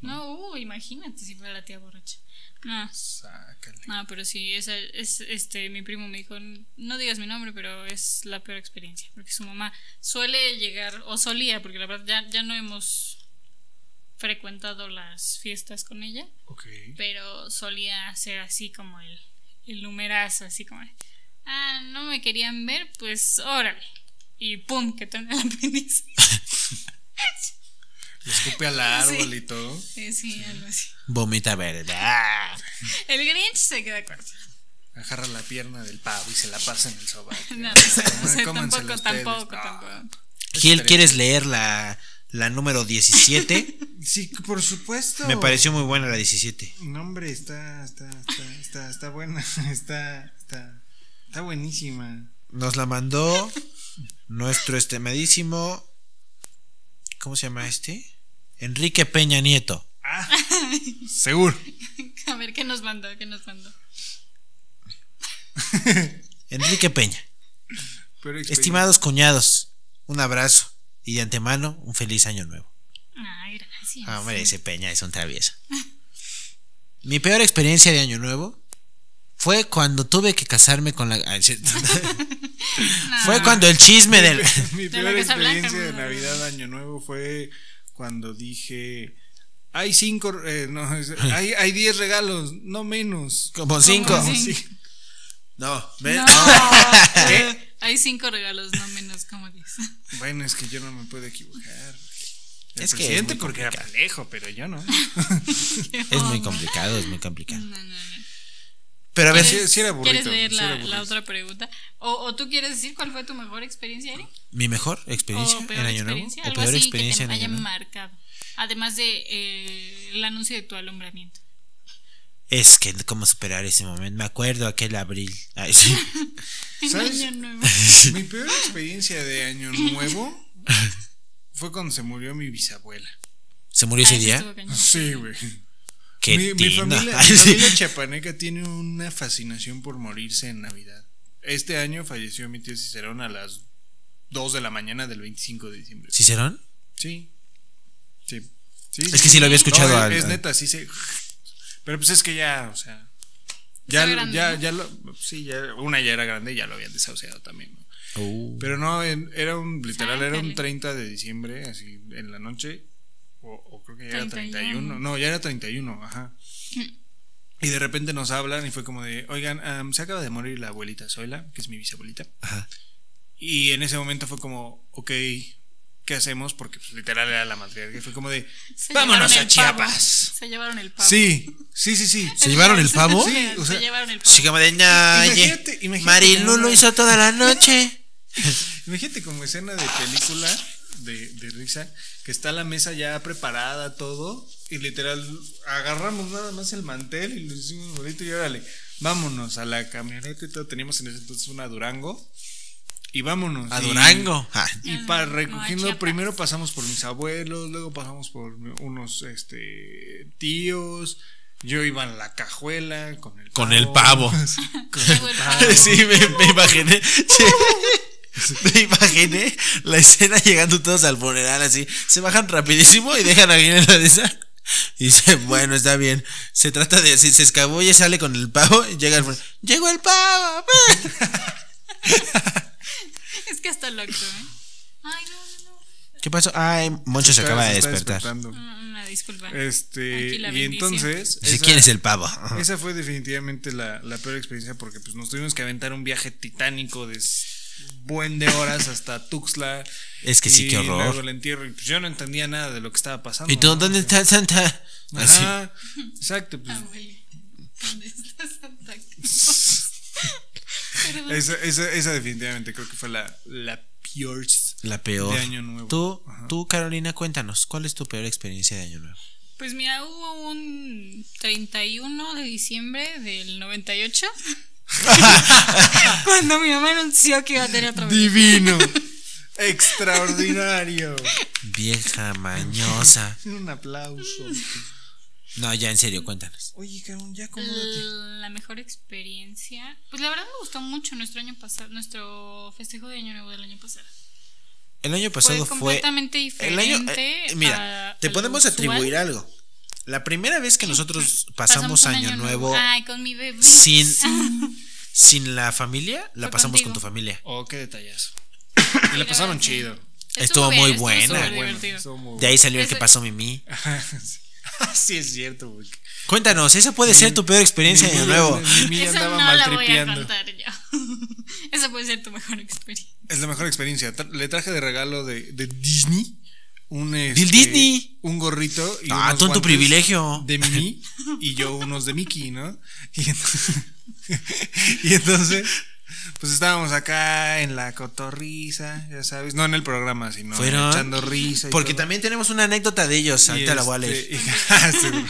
No, uh, imagínate si fuera la tía borracha. No, Sácale. no, Ah, pero sí, esa, es, este, mi primo me dijo, no digas mi nombre, pero es la peor experiencia, porque su mamá suele llegar, o solía, porque la verdad ya, ya no hemos frecuentado las fiestas con ella, Ok. pero solía hacer así como el, el numerazo, así como, ah, no me querían ver, pues órale. Y pum, que tenga la apéndice. Le escupe al árbol Sí. y todo. Sí, algo así. Vomita verde. ¡Ah! El Grinch se queda corto. Agarra la pierna del pavo y se la pasa en el sobaco. No, no sé, no sé, Cómanselo tampoco, ustedes. tampoco, Ah. tampoco. Gil, ¿quieres leer la, la número 17? Sí, por supuesto. Me pareció muy buena la 17. No, hombre, está, está, está, está, está buena. Está, está, está buenísima. Nos la mandó nuestro estimadísimo. ¿Cómo se llama este? Enrique Peña Nieto. Ah, Seguro. A ver, ¿qué nos mandó? ¿Qué nos mandó? Enrique Peña. Pero Estimados cuñados, un abrazo y de antemano un feliz año nuevo. Ay, gracias. Ah, Hombre, ese Peña es un travieso. Mi peor experiencia de Año Nuevo Fue cuando tuve que casarme con la. Ay, sí. Fue cuando el chisme del. Mi De la primera Casa Blanca, experiencia de ¿no? Navidad, Año Nuevo fue cuando dije. Hay cinco, eh, no, es- hay, hay diez regalos, no menos. Como cinco. Como cinco. Sí. No, ¿ves? No, hay cinco regalos, no menos, como diez. Bueno, es que yo no me puedo equivocar. Es El que es presidente muy porque era complicado. pendejo, pero yo no. Es muy complicado, es muy complicado. No, no, no. Pero a ver, Sí, sí era burrito, ¿Quieres leer sí la, era burrito. la otra pregunta? O, o tú quieres decir cuál fue tu mejor experiencia, Eric? ¿mi mejor experiencia ¿O en peor Año Nuevo? experiencia? ¿O Algo peor así experiencia en que Año te haya Nuevo? marcado. Además de eh, el anuncio de tu alumbramiento. Es que, ¿cómo superar ese momento? Me acuerdo aquel abril. Ay, sí. En ¿Sabes? Año Nuevo. Mi peor experiencia de Año Nuevo fue cuando se murió mi bisabuela. ¿Se murió Ah, ese eso día? estuvo cañón. Sí, güey. Qué Mi, mi tienda. familia, Ay, mi sí. familia chapaneca tiene una fascinación por morirse en Navidad. Este año falleció mi tío Cicerón a las 2 de la mañana del 25 de diciembre. ¿Cicerón? Sí. Sí. Sí, Es que sí lo había escuchado No, es- al- es al- neta, sí se. Pero pues es que ya, o sea. Ya, Está grande, ya, ¿no? ya lo. Sí, ya. Una ya era grande y ya lo habían desahuciado también, ¿no? Pero no, en- era un. Literal, era Sácale. un 30 de diciembre, así, en la noche. O, o creo que ya era 31. 31. No, ya era 31, ajá. Y de repente nos hablan y fue como de, oigan, am, se acaba de morir la abuelita Zoila, que es mi bisabuelita. Ajá. Y en ese momento fue como, ok, ¿qué hacemos? Porque pues, literal era la matriarca. Y fue como de, Se vámonos a llevaron el pavo. Chiapas. Se llevaron el pavo. Sí, sí, sí, sí. ¿Se llevaron el pavo? Sí, o sea, se llevaron el pavo. Sí, como de, "Nah, Imagínate, oye, imagínate Marilu cómo lo no. hizo toda la noche. Imagínate como escena de película de, de risa, que está la mesa ya preparada, todo, y literal agarramos nada más el mantel y lo hicimos bonito y órale, vámonos a la camioneta y todo. Teníamos en ese entonces una Durango y vámonos. A Y- Durango. Ah, Y Ah, para no, a recogiendo, Chiapas. primero pasamos por mis abuelos, luego pasamos por mi- unos este, tíos. Yo iba en la cajuela con el Con el pavo. Con Llegó el pavo. Sí, me, me imaginé. sí. Me imaginé la escena llegando todos al funeral así. Se bajan rapidísimo y dejan a alguien en la de esa. Y dice, bueno, está bien. Se trata de así, se escabulle, sale con el pavo y llega al funeral. ¡Llegó el pavo! Es que hasta loco, ¿eh? Ay, no, no, ¿Qué pasó? Ay, Moncho se acaba de está despertar. despertando. no. Una disculpa. Este, Mm. Aquí la y bendición. entonces. Dice, esa- ¿quién es el pavo? Esa fue definitivamente la, la peor experiencia porque pues nos tuvimos que aventar un viaje titánico de s- buen de horas hasta Tuxtla. Es que sí, y qué horror. Luego el entierro y pues yo no entendía nada de lo que estaba pasando. ¿Y tú ¿no? dónde Ah, está Santa? Así. Ajá, exacto. pues, Abuelo, Ah, ¿dónde está Santa esa, esa- esa definitivamente creo que fue la, la peor. La peor. De Año Nuevo. Tú, Ajá. tú, Carolina, cuéntanos, ¿cuál es tu peor experiencia de Año Nuevo? Pues mira, hubo un 31 de diciembre del 98. cuando mi mamá anunció que iba a tener otro bebé. Divino. extraordinario. Vieja mañosa. Un aplauso. No, ya en serio, cuéntanos. Oye, Carón, ya acomódate. La mejor experiencia. Pues la verdad me gustó mucho nuestro año pasado, nuestro festejo de año nuevo del año pasado. El año pasado fue fue. Pues, completamente el diferente. año. eh, mira, a- te a lo podemos usual. atribuir algo. La primera vez que nosotros pasamos, un Ah, Año Nuevo Ay, con mi bebé. sin, sin la familia, la Fue pasamos contigo. con tu familia. Oh, qué detallazo. Y la pasaron chido. estuvo muy bien, buena. súper Estuvo Bueno, divertido. estuvo muy De ahí salió el Eso- que pasó Mimi. sí, es cierto, güey. Cuéntanos, esa puede ser tu peor experiencia de Año Nuevo. Mimi Esa andaba no la voy a maltripeando. contar yo. Esa puede ser tu mejor experiencia. Es la mejor experiencia. Tra- Le traje de regalo de, de Disney un este, ¿Del Disney? un gorrito y Ah, unos tú en tu guantes privilegio. de Mimi y yo unos de Mickey, ¿no? Y entonces, y entonces, pues estábamos acá en la cotorriza, ya sabes, no en el programa, sino Fueron- echando risa y Porque todo. también tenemos una anécdota de ellos. Y Ahorita la voy a leer. este, y- seguro.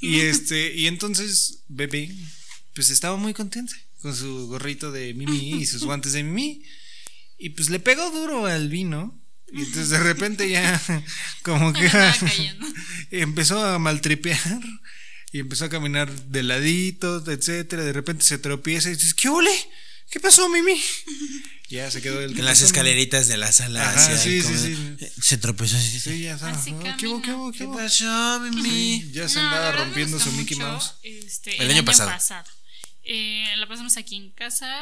y este, y entonces, bebé, pues estaba muy contenta con su gorrito de Mimi y sus guantes de Mimi. Y pues le pegó duro al vino. Y entonces de repente ya, como que Estaba cayendo. empezó a maltripear. Y empezó a caminar de ladito, etcétera. De repente se tropieza y dices, ¿qué ole? ¿Qué pasó, Mimi? Ya se quedó el En las escaleritas de la sala. Ajá, hacia el sí, sí, comedor. sí. eh, Se tropezó así. Sí, ya sabes. Así ¿no? ¿Qué hubo, camina. qué hubo, qué ¿Qué hubo? pasó, Mimi? Ya se No, la andaba verdad me rompiendo gustó su Mickey mucho, Mouse. este, El año pasado. eh, la pasamos aquí en casa,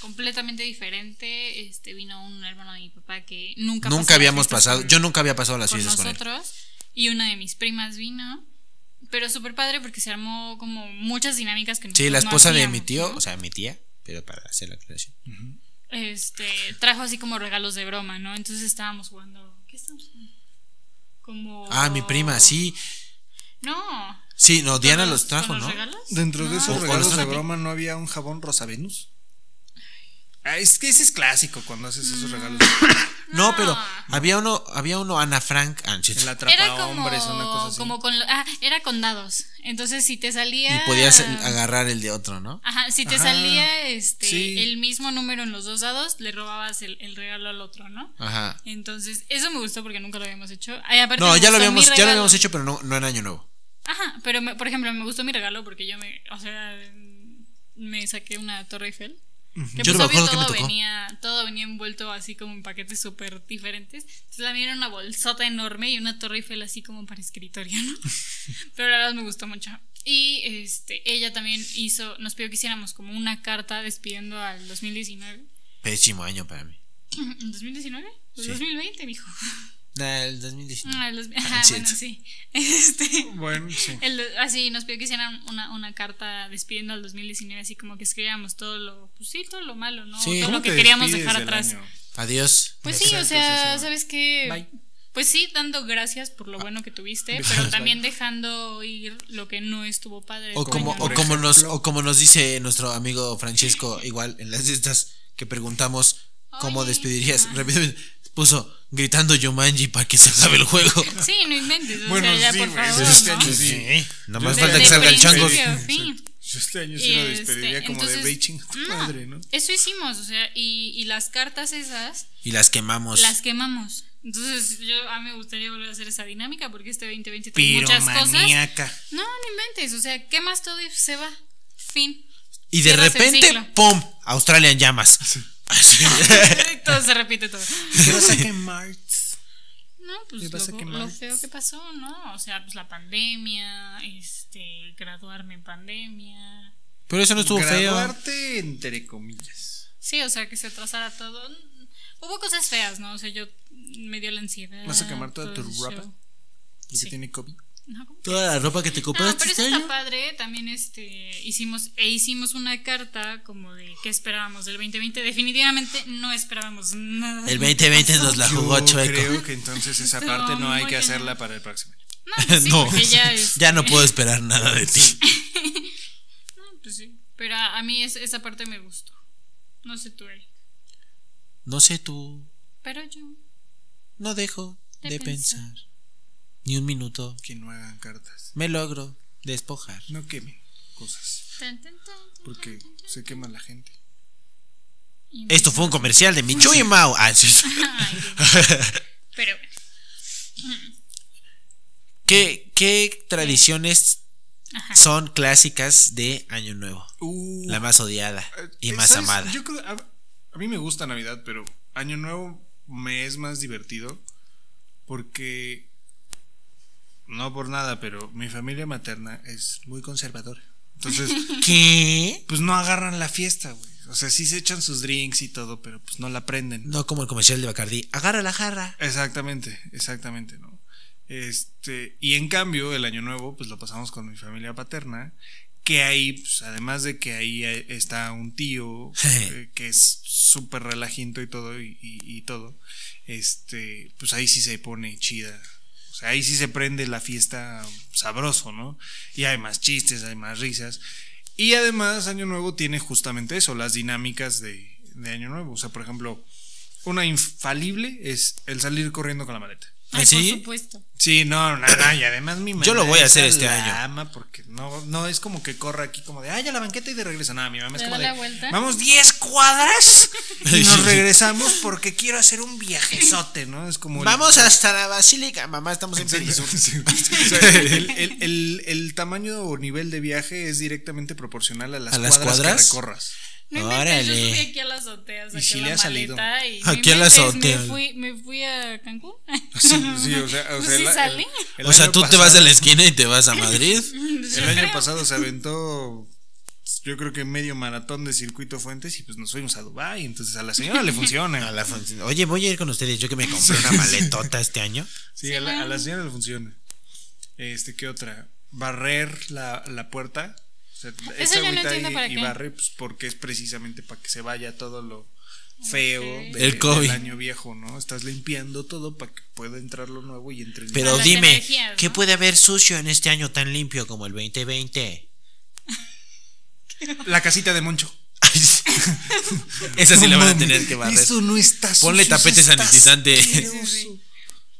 completamente diferente. Este vino un hermano de mi papá que nunca Nunca habíamos fiestas pasado, con- yo nunca había pasado las con fiestas con él. nosotros y una de mis primas vino. Pero súper padre porque se armó como muchas dinámicas que Sí, la nosotros no esposa de mi hacíamos, tío, ¿no? o sea, mi tía, pero para hacer la aclaración. este, trajo así como regalos de broma, ¿no? Entonces estábamos jugando. ¿Qué estábamos jugando? Como. Ah, mi prima, sí. No. Sí, no, Diana ¿Con los trajo, con ¿no? los regalos? Dentro O- de No. o esos los regalos de traje. broma no había un jabón rosa Venus. Ah, es que ese es clásico cuando haces esos regalos. Mm. No, pero había uno, había uno Ana Frank. ah, sí. El Era atrapa como, hombres, una cosa así. como con. lo- Ah, era con dados. Entonces, si te salía. Y podías agarrar el de otro, ¿no? Ajá, si te Ajá. salía este, Sí. el mismo número en los dos dados, le robabas el, el regalo al otro, ¿no? Ajá. Entonces, eso me gustó porque nunca lo habíamos hecho. Ay, aparte No, me ya lo gustó mi habíamos, ya lo regalo. habíamos hecho, pero no, no en año nuevo. Ajá, pero me- por ejemplo, me gustó mi regalo porque yo me, o sea, me saqué una Torre Eiffel. Que Yo pues no me obvio acuerdo qué me todo tocó. venía, todo venía envuelto así como en paquetes súper diferentes. Entonces a mí era una bolsota enorme y una Torre Eiffel así como para escritorio, ¿no? Pero la verdad me gustó mucho. Y este, ella también hizo, nos pidió que hiciéramos como una carta despidiendo al 2019. Pésimo año para mí. ¿2019? Pues Sí. 2020, mijo. Nah, el 2019. Ah, el dos- ajá, sí, bueno, sí. sí. Este, Bueno, sí. el do- así nos pidió que hicieran una, una carta despidiendo al 2019, así como que escribiéramos todo lo, pues sí, todo lo malo, ¿no? Sí. todo ¿Cómo lo que te queríamos despides dejar del atrás. año? Adiós. Pues sí, Exacto, o sea, sí, sí. ¿sabes qué? Bye. Ah. Pues sí, dando gracias por lo bueno que tuviste, pero también dejando ir lo que no estuvo padre. O tu como, año. o como nos, o como nos dice nuestro amigo Francesco, igual en las listas que preguntamos cómo Oye, despedirías, ajá. rápidamente puso gritando Yumanji para que se acabe el juego. Sí, no inventes, o Bueno, sea, ya sí, por güey, favor, este ¿no? año sí. Nada más Desde- falta que de salga el chango. principio a fin. Yo este año sí lo Este, despediría como de entonces, mm, Beijing a tu no, padre, ¿no? Eso hicimos, o sea, y, y las cartas esas Y las quemamos. las quemamos. Entonces, yo a mí me gustaría volver a hacer esa dinámica porque este 2020 tiene muchas cosas. No, no inventes, o sea, quemas todo y se va. Fin. y de cierras el repente, ciclo. ¡pum! Australia en llamas. Así. todo se repite todo. Yo lo saqué en marzo. No, pues Me pasa lo, que lo mal. feo que pasó, ¿no? O sea, pues la pandemia, este, graduarme en pandemia. Pero eso no estuvo feo. Graduarte entre comillas. Sí, o sea, que se atrasara todo. Hubo cosas feas, ¿no? O sea, yo me dio la ansiedad. ¿Vas a quemar toda todo tu ese ropa? show. Porque Sí. tiene COVID. No, ¿cómo? Toda la ropa que te No, compraste pero eso este está año. padre. También este, hicimos, e hicimos una carta como de qué esperábamos del 2020. Definitivamente no esperábamos nada. El 2020 nos la jugó Yo chueco. creo que entonces esa Estuvo parte no hay que muy hacerla genial. para el próximo. año. No, pues sí, no, porque ya es. ya no puedo esperar nada de ti. No, pues sí. Pero a, a mí es- esa parte me gustó. No sé tú, Eric. No sé tú, Pero yo. no dejo De de, pensar. Ni un minuto. Que no hagan cartas. Me logro despojar. No quemen cosas. Tan, tan, tan, tan, Porque tan, tan. se quema la gente. Y- Esto fue un comercial de Michu y Mao. Ah, sí, sí. Ay, Pero bueno. ¿Qué, qué tradiciones Ajá. son clásicas de Año Nuevo? Uh, La más odiada y Eh, más ¿sabes? amada. Yo creo, a, a mí me gusta Navidad, pero Año Nuevo me es más divertido porque no por nada, pero mi familia materna es muy conservadora. Entonces, ¿Qué? pues no agarran la fiesta, güey. O sea, sí se echan sus drinks y todo, pero pues no la prenden. No como el comercial de Bacardí. Agarra la jarra. Exactamente, exactamente, ¿no? Este, y en cambio, el año nuevo, pues lo pasamos con mi familia paterna, que ahí, pues, además de que ahí eh, está un tío eh, que es súper relajito y todo, y, y- y todo, este, pues ahí sí se pone chida. O sea, ahí sí se prende la fiesta sabroso, ¿no? Y hay más chistes, hay más risas. Y además, Año Nuevo tiene justamente eso, las dinámicas de, de Año Nuevo. O sea, por ejemplo, una infalible es el salir corriendo con la maleta. Ay, ¿Sí? Por supuesto. Sí, no, no, no, y además mi mamá Yo lo voy a hacer esa este la año. ama porque no, no es como que corra aquí como de, ay, a la banqueta y de regreso. Nada, mi mamá es ¿Le como da de, la vuelta? vamos 10 cuadras y nos regresamos porque quiero hacer un viajezote, ¿no? Es como... el- Vamos hasta la basílica. Mamá, estamos en Sí, Perisur. sí, sí. O sea, el, el- el- el tamaño o nivel de viaje es directamente proporcional a las, ¿A las cuadras, cuadras? que recorras. No inventes, yo Órale. subí aquí a las azoteas, Y sí saqué le la ha salido. maleta y no Aquí a la inventes, azotea. Me fui, me fui a Cancún. ¿Ah, sí, o sea, o sea, Pues sí el- el- salí. el O sea, año tú te pasado- vas de la esquina y te vas a Madrid. Yo El año creo. pasado se aventó pues, yo creo que medio maratón de circuito Fuentes y pues nos fuimos a Dubai, entonces a la señora le funciona. A la fun- Oye, voy a ir con ustedes. Yo que me compré una maletota este año. Sí, a la, a la señora le funciona. Este, ¿qué otra? Barrer la, la puerta. O sea, esta yo no agüita entiendo y, para y qué. barre, pues porque es precisamente para que se vaya todo lo feo Ok. de- El COVID. del año viejo, ¿no? Estás limpiando todo para que pueda entrar lo nuevo y entre el Pero Para las dime, energías, ¿qué ¿no? puede haber sucio en este año tan limpio como el 2020? La casita de Moncho. Esa sí No la van a mames, tener que barrer. Eso no está Ponle sucio, tapete eso está sanitizante. asqueroso. Sí.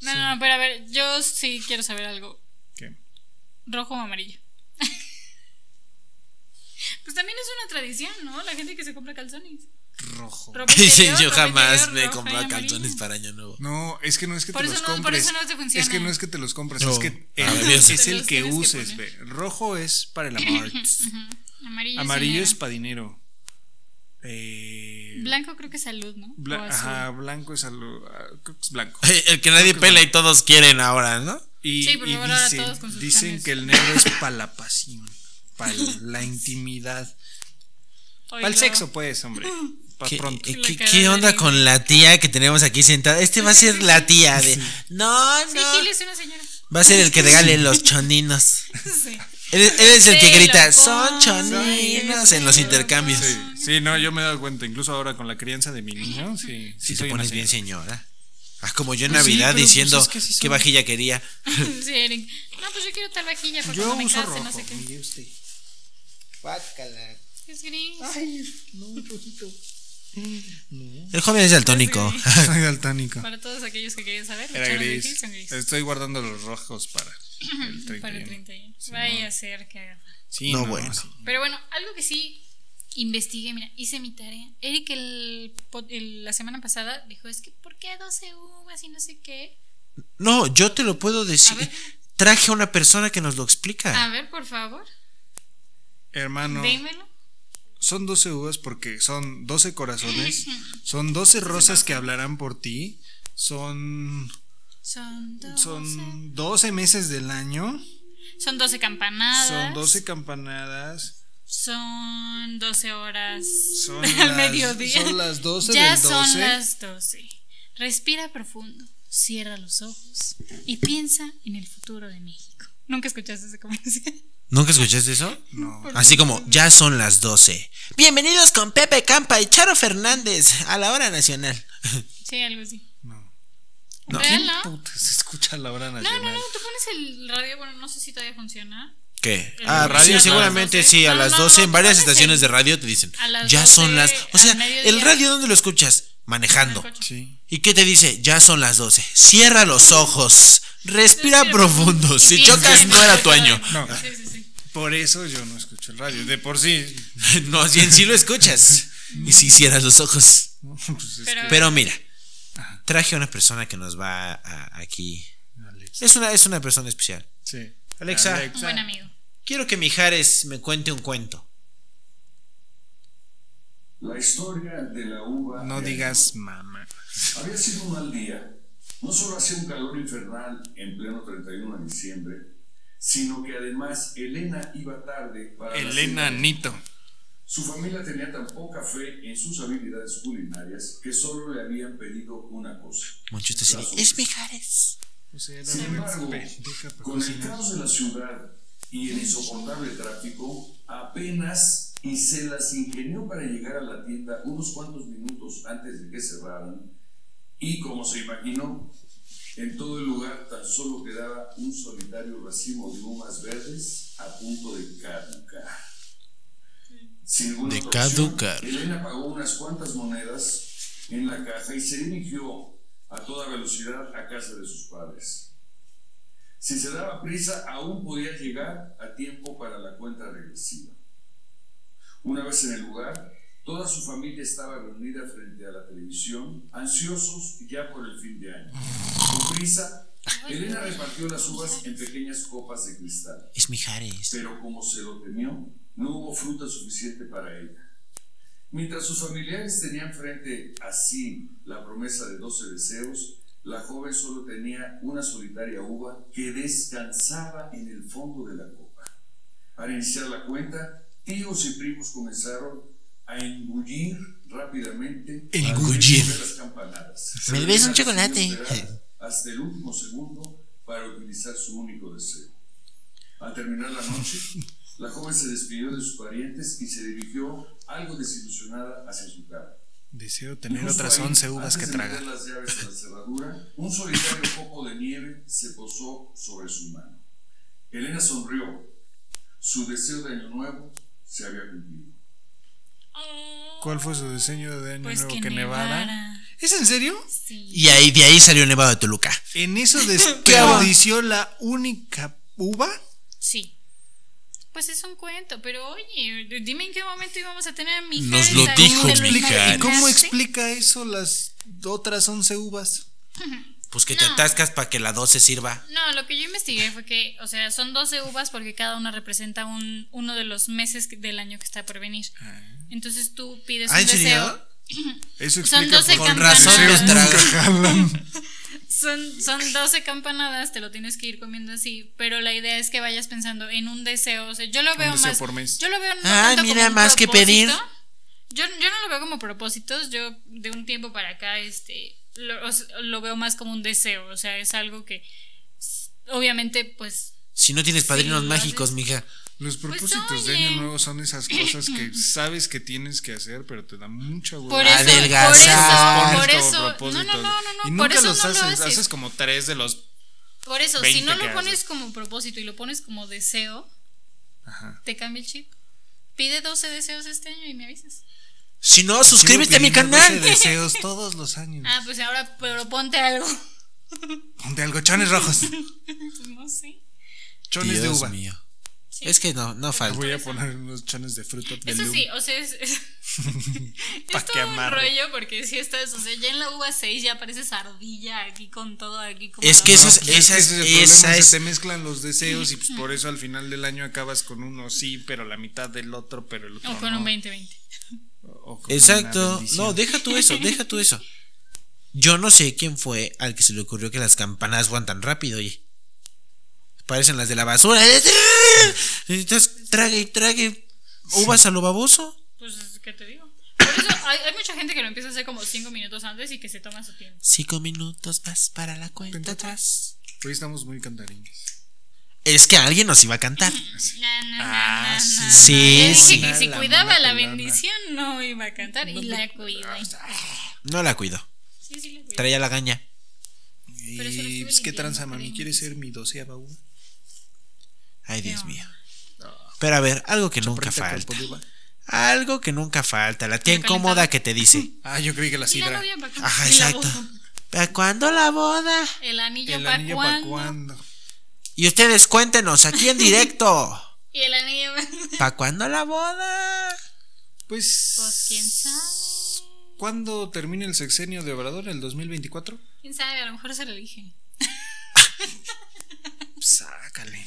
No, no, no, pero a ver, yo sí quiero saber algo. ¿Qué? ¿Rojo o amarillo? pues también es una tradición, ¿no? La gente que se compra calzones. Rojo. Ropa interior, Yo ropa jamás interior, me he roja y comprado amarilla. calzones para año nuevo. No, es que no es que Por te eso los no- por compres. eso no te funciona. Es que no es que te los compres, No. es que el- Ah, es, maravilloso. Te el los que tienes que uses, ve. Rojo es para el amor. Ujú. Amarillo, Amarillo es dinero. para dinero. Eh, Blanco creo que es salud, ¿no? bla- O azul. ajá, blanco es algo. ah, Creo que es blanco. El que nadie pela y todos quieren ahora, ¿no? Y, Sí, por y favor, ahora todos con dicen, sus dicen cambios. que el negro es para la pasión, para la intimidad, para el Oílo. sexo, pues, hombre. Para ¿Qué, pronto. eh, La ¿qué, cara qué de onda Eric. con la tía que tenemos aquí sentada? Este va a ser la tía de. No, Sí, no. Gil es una señora. Va a ser el que regale los choninos. Sí. Eres, eres el que Te lo grita, pongo, son choninos sí, en los sí, intercambios. Sí, sí, no, yo me he dado cuenta, incluso ahora con la crianza de mi niño, sí. sí Si soy te una pones bien, señora. señora. Ah, como yo en Pues sí, Navidad pero pues diciendo es que sí qué son. vajilla quería. Sí, Eric. No, pues yo quiero tal vajilla para Yo cuando me uso case, rojo. no sé qué. mire usted. Es gris. El joven es daltónico. Soy daltónico. Para todos aquellos que querían saber, Era los cholos de gris. Gil son gris. Estoy guardando los rojos para el 31. Para el 31. Vaya a ser que haga falta. Sí, No, no, bueno. sí. Pero bueno, algo que sí investigué, mira, hice mi tarea. Eric el, po- el- la semana pasada dijo, es que ¿por qué 12 uvas y no sé qué? No, yo te lo puedo A decir. ver. Traje a una persona que nos lo A explica. ver, por favor, Hermano, dímelo. son 12 uvas porque son 12 corazones, son 12 rosas que hablarán por ti, son, Son 12, son... son 12 meses del año, 12 campanadas. son 12 campanadas, Son 12 horas son, al las, mediodía. son las 12 ya del 12. son las 12. Respira profundo, cierra los ojos y piensa en el futuro de México. ¿Nunca escuchaste ese comercial? ¿Nunca escuchaste eso? No. Así como, ya son las 12. Bienvenidos con Pepe Campa y Charo Fernández a la hora nacional. Sí, algo así. No. No. ¿Real, no? Puta, se escucha la hora No, nacional. no, no, tú pones el radio, bueno, no sé si todavía funciona. ¿Qué? El Ah, inicio a radio las seguramente 12. sí, a No, las no, 12 en no, varias pones estaciones el- de radio te dicen, a las ya son 12 las... O sea, al mediodía. ¿el radio dónde lo escuchas? Manejando. En el coche. Sí. ¿Y qué te dice? Ya son las 12. Cierra los ojos. Respira Respira profundo. y Si piensa chocas, en no el era tu futuro de año. México. No. Sí, sí, sí. Por eso yo no escucho el radio. De por sí. No, si en sí lo escuchas. Y si cierras los ojos. Pues es Pero- Pero mira, traje a una persona que nos va a- aquí. que- Alexa. Es una, es una persona especial. Sí. Alexa. Un buen amigo. Quiero que Mijares me cuente un cuento. La historia de la uva No digas mamá. había sido un mal día. No solo hacía un calor infernal en pleno 31 de diciembre, sino que además Elena iba tarde para la Elena cita. Nito. Su familia tenía tan poca fe en sus habilidades culinarias que solo le habían pedido una cosa. Moncho está así de, Las Es uvas". Mijares. O sea, era Sin una embargo, pendeja para con el cocinar. caos de la ciudad y el insoportable tráfico, apenas y se las ingenió para llegar a la tienda unos cuantos minutos antes de que cerraran. Y como se imaginó, en todo el lugar tan solo quedaba un solitario racimo de uvas verdes a punto de caducar. Sin ninguna De otra opción, caducar. Elena pagó unas cuantas monedas en la caja y se dirigió a toda velocidad a casa de sus padres. Si se daba prisa, aún podía llegar a tiempo para la cuenta regresiva. Una vez en el lugar, toda su familia estaba reunida frente a la televisión, ansiosos ya por el fin de año. Con prisa, Elena repartió las uvas en pequeñas copas de cristal. Es Mijares. Pero como se lo temió, no hubo fruta suficiente para ella. Mientras sus familiares tenían frente a sí la promesa de 12 deseos, la joven solo tenía una solitaria uva que descansaba en el fondo de la copa. Al iniciar la cuenta, tíos y primos comenzaron a engullir rápidamente Engullir. al ritmo de las campanadas. ¿Me Se debes un habían chocolate? decidido esperar Hasta el último segundo para utilizar su único deseo. Al terminar la noche, la joven se despidió de sus parientes y se dirigió algo desilusionada hacia su casa. Deseo tener Justo otras ahí, 11 uvas que antes de meter tragar. las llaves en la cerradura, un solitario poco de nieve se posó sobre su mano. Elena sonrió. Su deseo de año nuevo se había cumplido. ¿Cuál fue su diseño de año Pues nuevo que que, nevara? nevara. ¿Es en serio? Sí. Y ahí, de ahí salió Nevado de Toluca. ¿En eso desperdició la única uva? Sí. Pues es un cuento, pero oye, dime en qué momento íbamos a tener a mi Nos lo dijo explicar. ¿Y cómo explica eso las otras 11 uvas? Pues que te No. atascas para que la 12 sirva. No, lo que yo investigué fue que, o sea, son 12 uvas porque cada una representa un, uno de los meses que- del año que está por venir. Ah. Entonces tú pides Ah, un ¿en serio? deseo. Eso Son explica 12 por Con razón campanadas. los tragos. Son, son 12 campanadas, te lo tienes que ir comiendo así, pero la idea es que vayas pensando en un deseo, o sea, yo lo veo deseo más por mes. Yo lo veo no Ah, tanto mira, como un más que pedir. propósito. Yo, yo no lo veo como propósitos, yo de un tiempo para acá este lo, o sea, lo veo más como un deseo, o sea, es algo que s- obviamente pues Si no tienes padrinos Sí, lo mágicos, haces. mija. Los Pues, propósitos de año oye. nuevo son esas cosas que sabes que tienes que hacer, pero te da mucha hueva. por eso, Adelgazar. por Pones como eso, por eso, no, propósitos. no, no, no, no, y por nunca eso los no haces, lo haces. haces como tres de los por eso, si 20 no que lo haces. pones como propósito y lo pones como deseo, Ajá. te cambia el chip. Pide 12 deseos este año y me avisas. Si no, suscríbete a mi Llevo pidiendo canal. 12 deseos todos los años. Ah, pues ahora proponte algo. Pues De algochones rojos. no sé. Chones de Dios uva. mío. Sí. Es que no, no falta. Voy a poner unos chones de fruta de Eso lum. sí, o sea, es, es, Pa' es que todo un amarre. rollo porque si estás, o sea, ya en la uva 6 ya pareces ardilla aquí con todo, aquí como... Es la- que eso No, es- pues es esa que es- ese es el problema, esa se es- te mezclan los deseos y pues por eso al final del año acabas con uno sí, pero la mitad del otro, pero el otro O con no. un 20-20. O con una Exacto. bendición. No, deja tú eso, deja tú eso. Yo no sé quién fue al que se le ocurrió que las campanas van tan rápido, oye. Parecen las de la basura. Estás trague y trague uvas a lo baboso. Pues, ¿qué te digo? Por eso hay, hay mucha gente que lo empieza a hacer como 5 minutos antes y que se toma su tiempo. Cinco minutos más para la cuenta atrás. Hoy estamos muy cantarines. Es que alguien nos iba a cantar. Na, na, Ah, na, na, sí. na. Sí, Yo dije sí. que si La cuidaba mona la pelona. bendición no iba a cantar y la cuidé. No la cuido. Sí, sí, la cuidé. Traía la gaña. Pero eso lo Y estuve pues qué limpiando, tranza, pero mami, no ¿quieres quise. ser mi doceava uva? Ay, Dios No. mío. Pero a ver, algo que nunca Preta falta. cuerpo de uva. Algo que nunca falta. La tía La calentada. incómoda que te dice. Ah, yo creí que la Y la sidra. novia pa' qué? Ajá, Y la exacto. boda. ¿Para cuándo la boda? El anillo El para anillo para cuándo. cuándo. Y ustedes cuéntenos aquí en directo. Y el anillo pa' ¿Para cuándo la boda? Pues. Pues quién sabe. ¿Cuándo termina el sexenio de Obrador? ¿El 2024? ¿Quién sabe? A lo mejor se lo dije. Pues, Sácale.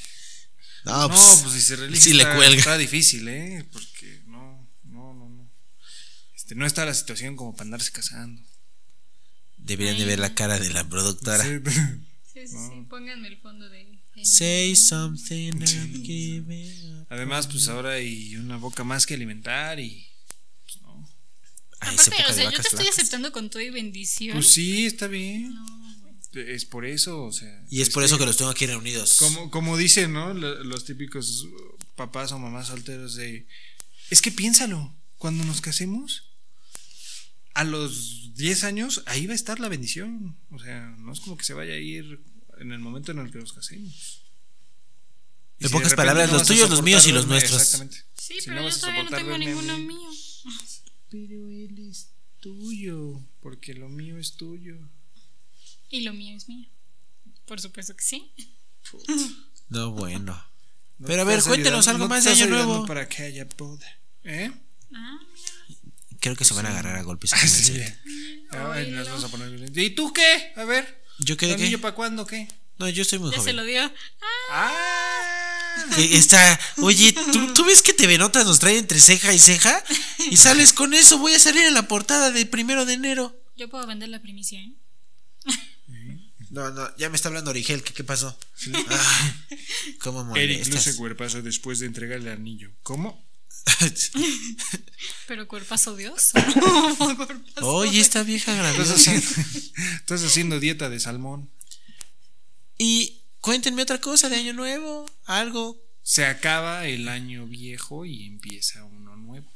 No, no, pues, pues si se realiza sí le está, cuelga. está difícil, ¿eh? Porque no, no, no, no. Este, no está la situación como para andarse casando. Deberían de ver la cara de la productora. Sí. Sí, sí, sí. Pónganme el fondo de. Say something I'm giving up. Además, pues ahora hay una boca más que alimentar y. pues, Ay, Aparte, esa época o de sea, yo vacas te estoy flacas. aceptando con todo y bendición. Pues sí, está bien. No, bueno. Es por eso, o sea. Y es por este eso que los tengo aquí reunidos. Como, como dicen, ¿no? Lo- Los típicos papás o mamás solteros de. Es que piénsalo, cuando nos casemos, a los 10 años, ahí va a estar la bendición. O sea, no es como que se vaya a ir en el momento en el que nos casemos. En Y pocas repente palabras, los vas a tuyos, los míos y los soportar verme- nuestros. Exactamente. Sí, Si pero no vas yo a todavía no soportar tengo verme a ninguno mí. mío. Pero él es tuyo, porque lo mío es tuyo. Y lo mío es mío. Por supuesto que sí. No, bueno. No Pero a te ver, estás cuéntenos ayudando- algo no te más de estás Año ayudando Nuevo. Para que haya boda. ¿Eh? Ah, mira. Creo que se van a agarrar a golpes. Ah, en el sí. set. Ay, nos vamos a poner violentos. ¿Y tú qué? A ver. ¿Yo qué de ¿Anillo qué? para cuándo qué? No, yo estoy muy Ya se joven. lo dio. Ah, ¡Ah! Eh, Está, oye, ¿tú, tú ves que TV Notas nos trae entre ceja y ceja y sales con eso. Voy a salir en la portada de primero de enero. yo puedo vender la primicia, ¿eh? No, no, ya me está hablando Origel. ¿Qué, qué pasó? Ah, ¿Cómo Eric luce molestas? cuerpazo después de entregarle el anillo. ¿Cómo? Pero cuerpazo Dios. Cuerpazo Oye, este- esta vieja Estás graciosa. haciendo, estás haciendo dieta de salmón. Y cuéntenme otra cosa de Año Nuevo. Algo. Se acaba el año viejo y empieza uno nuevo.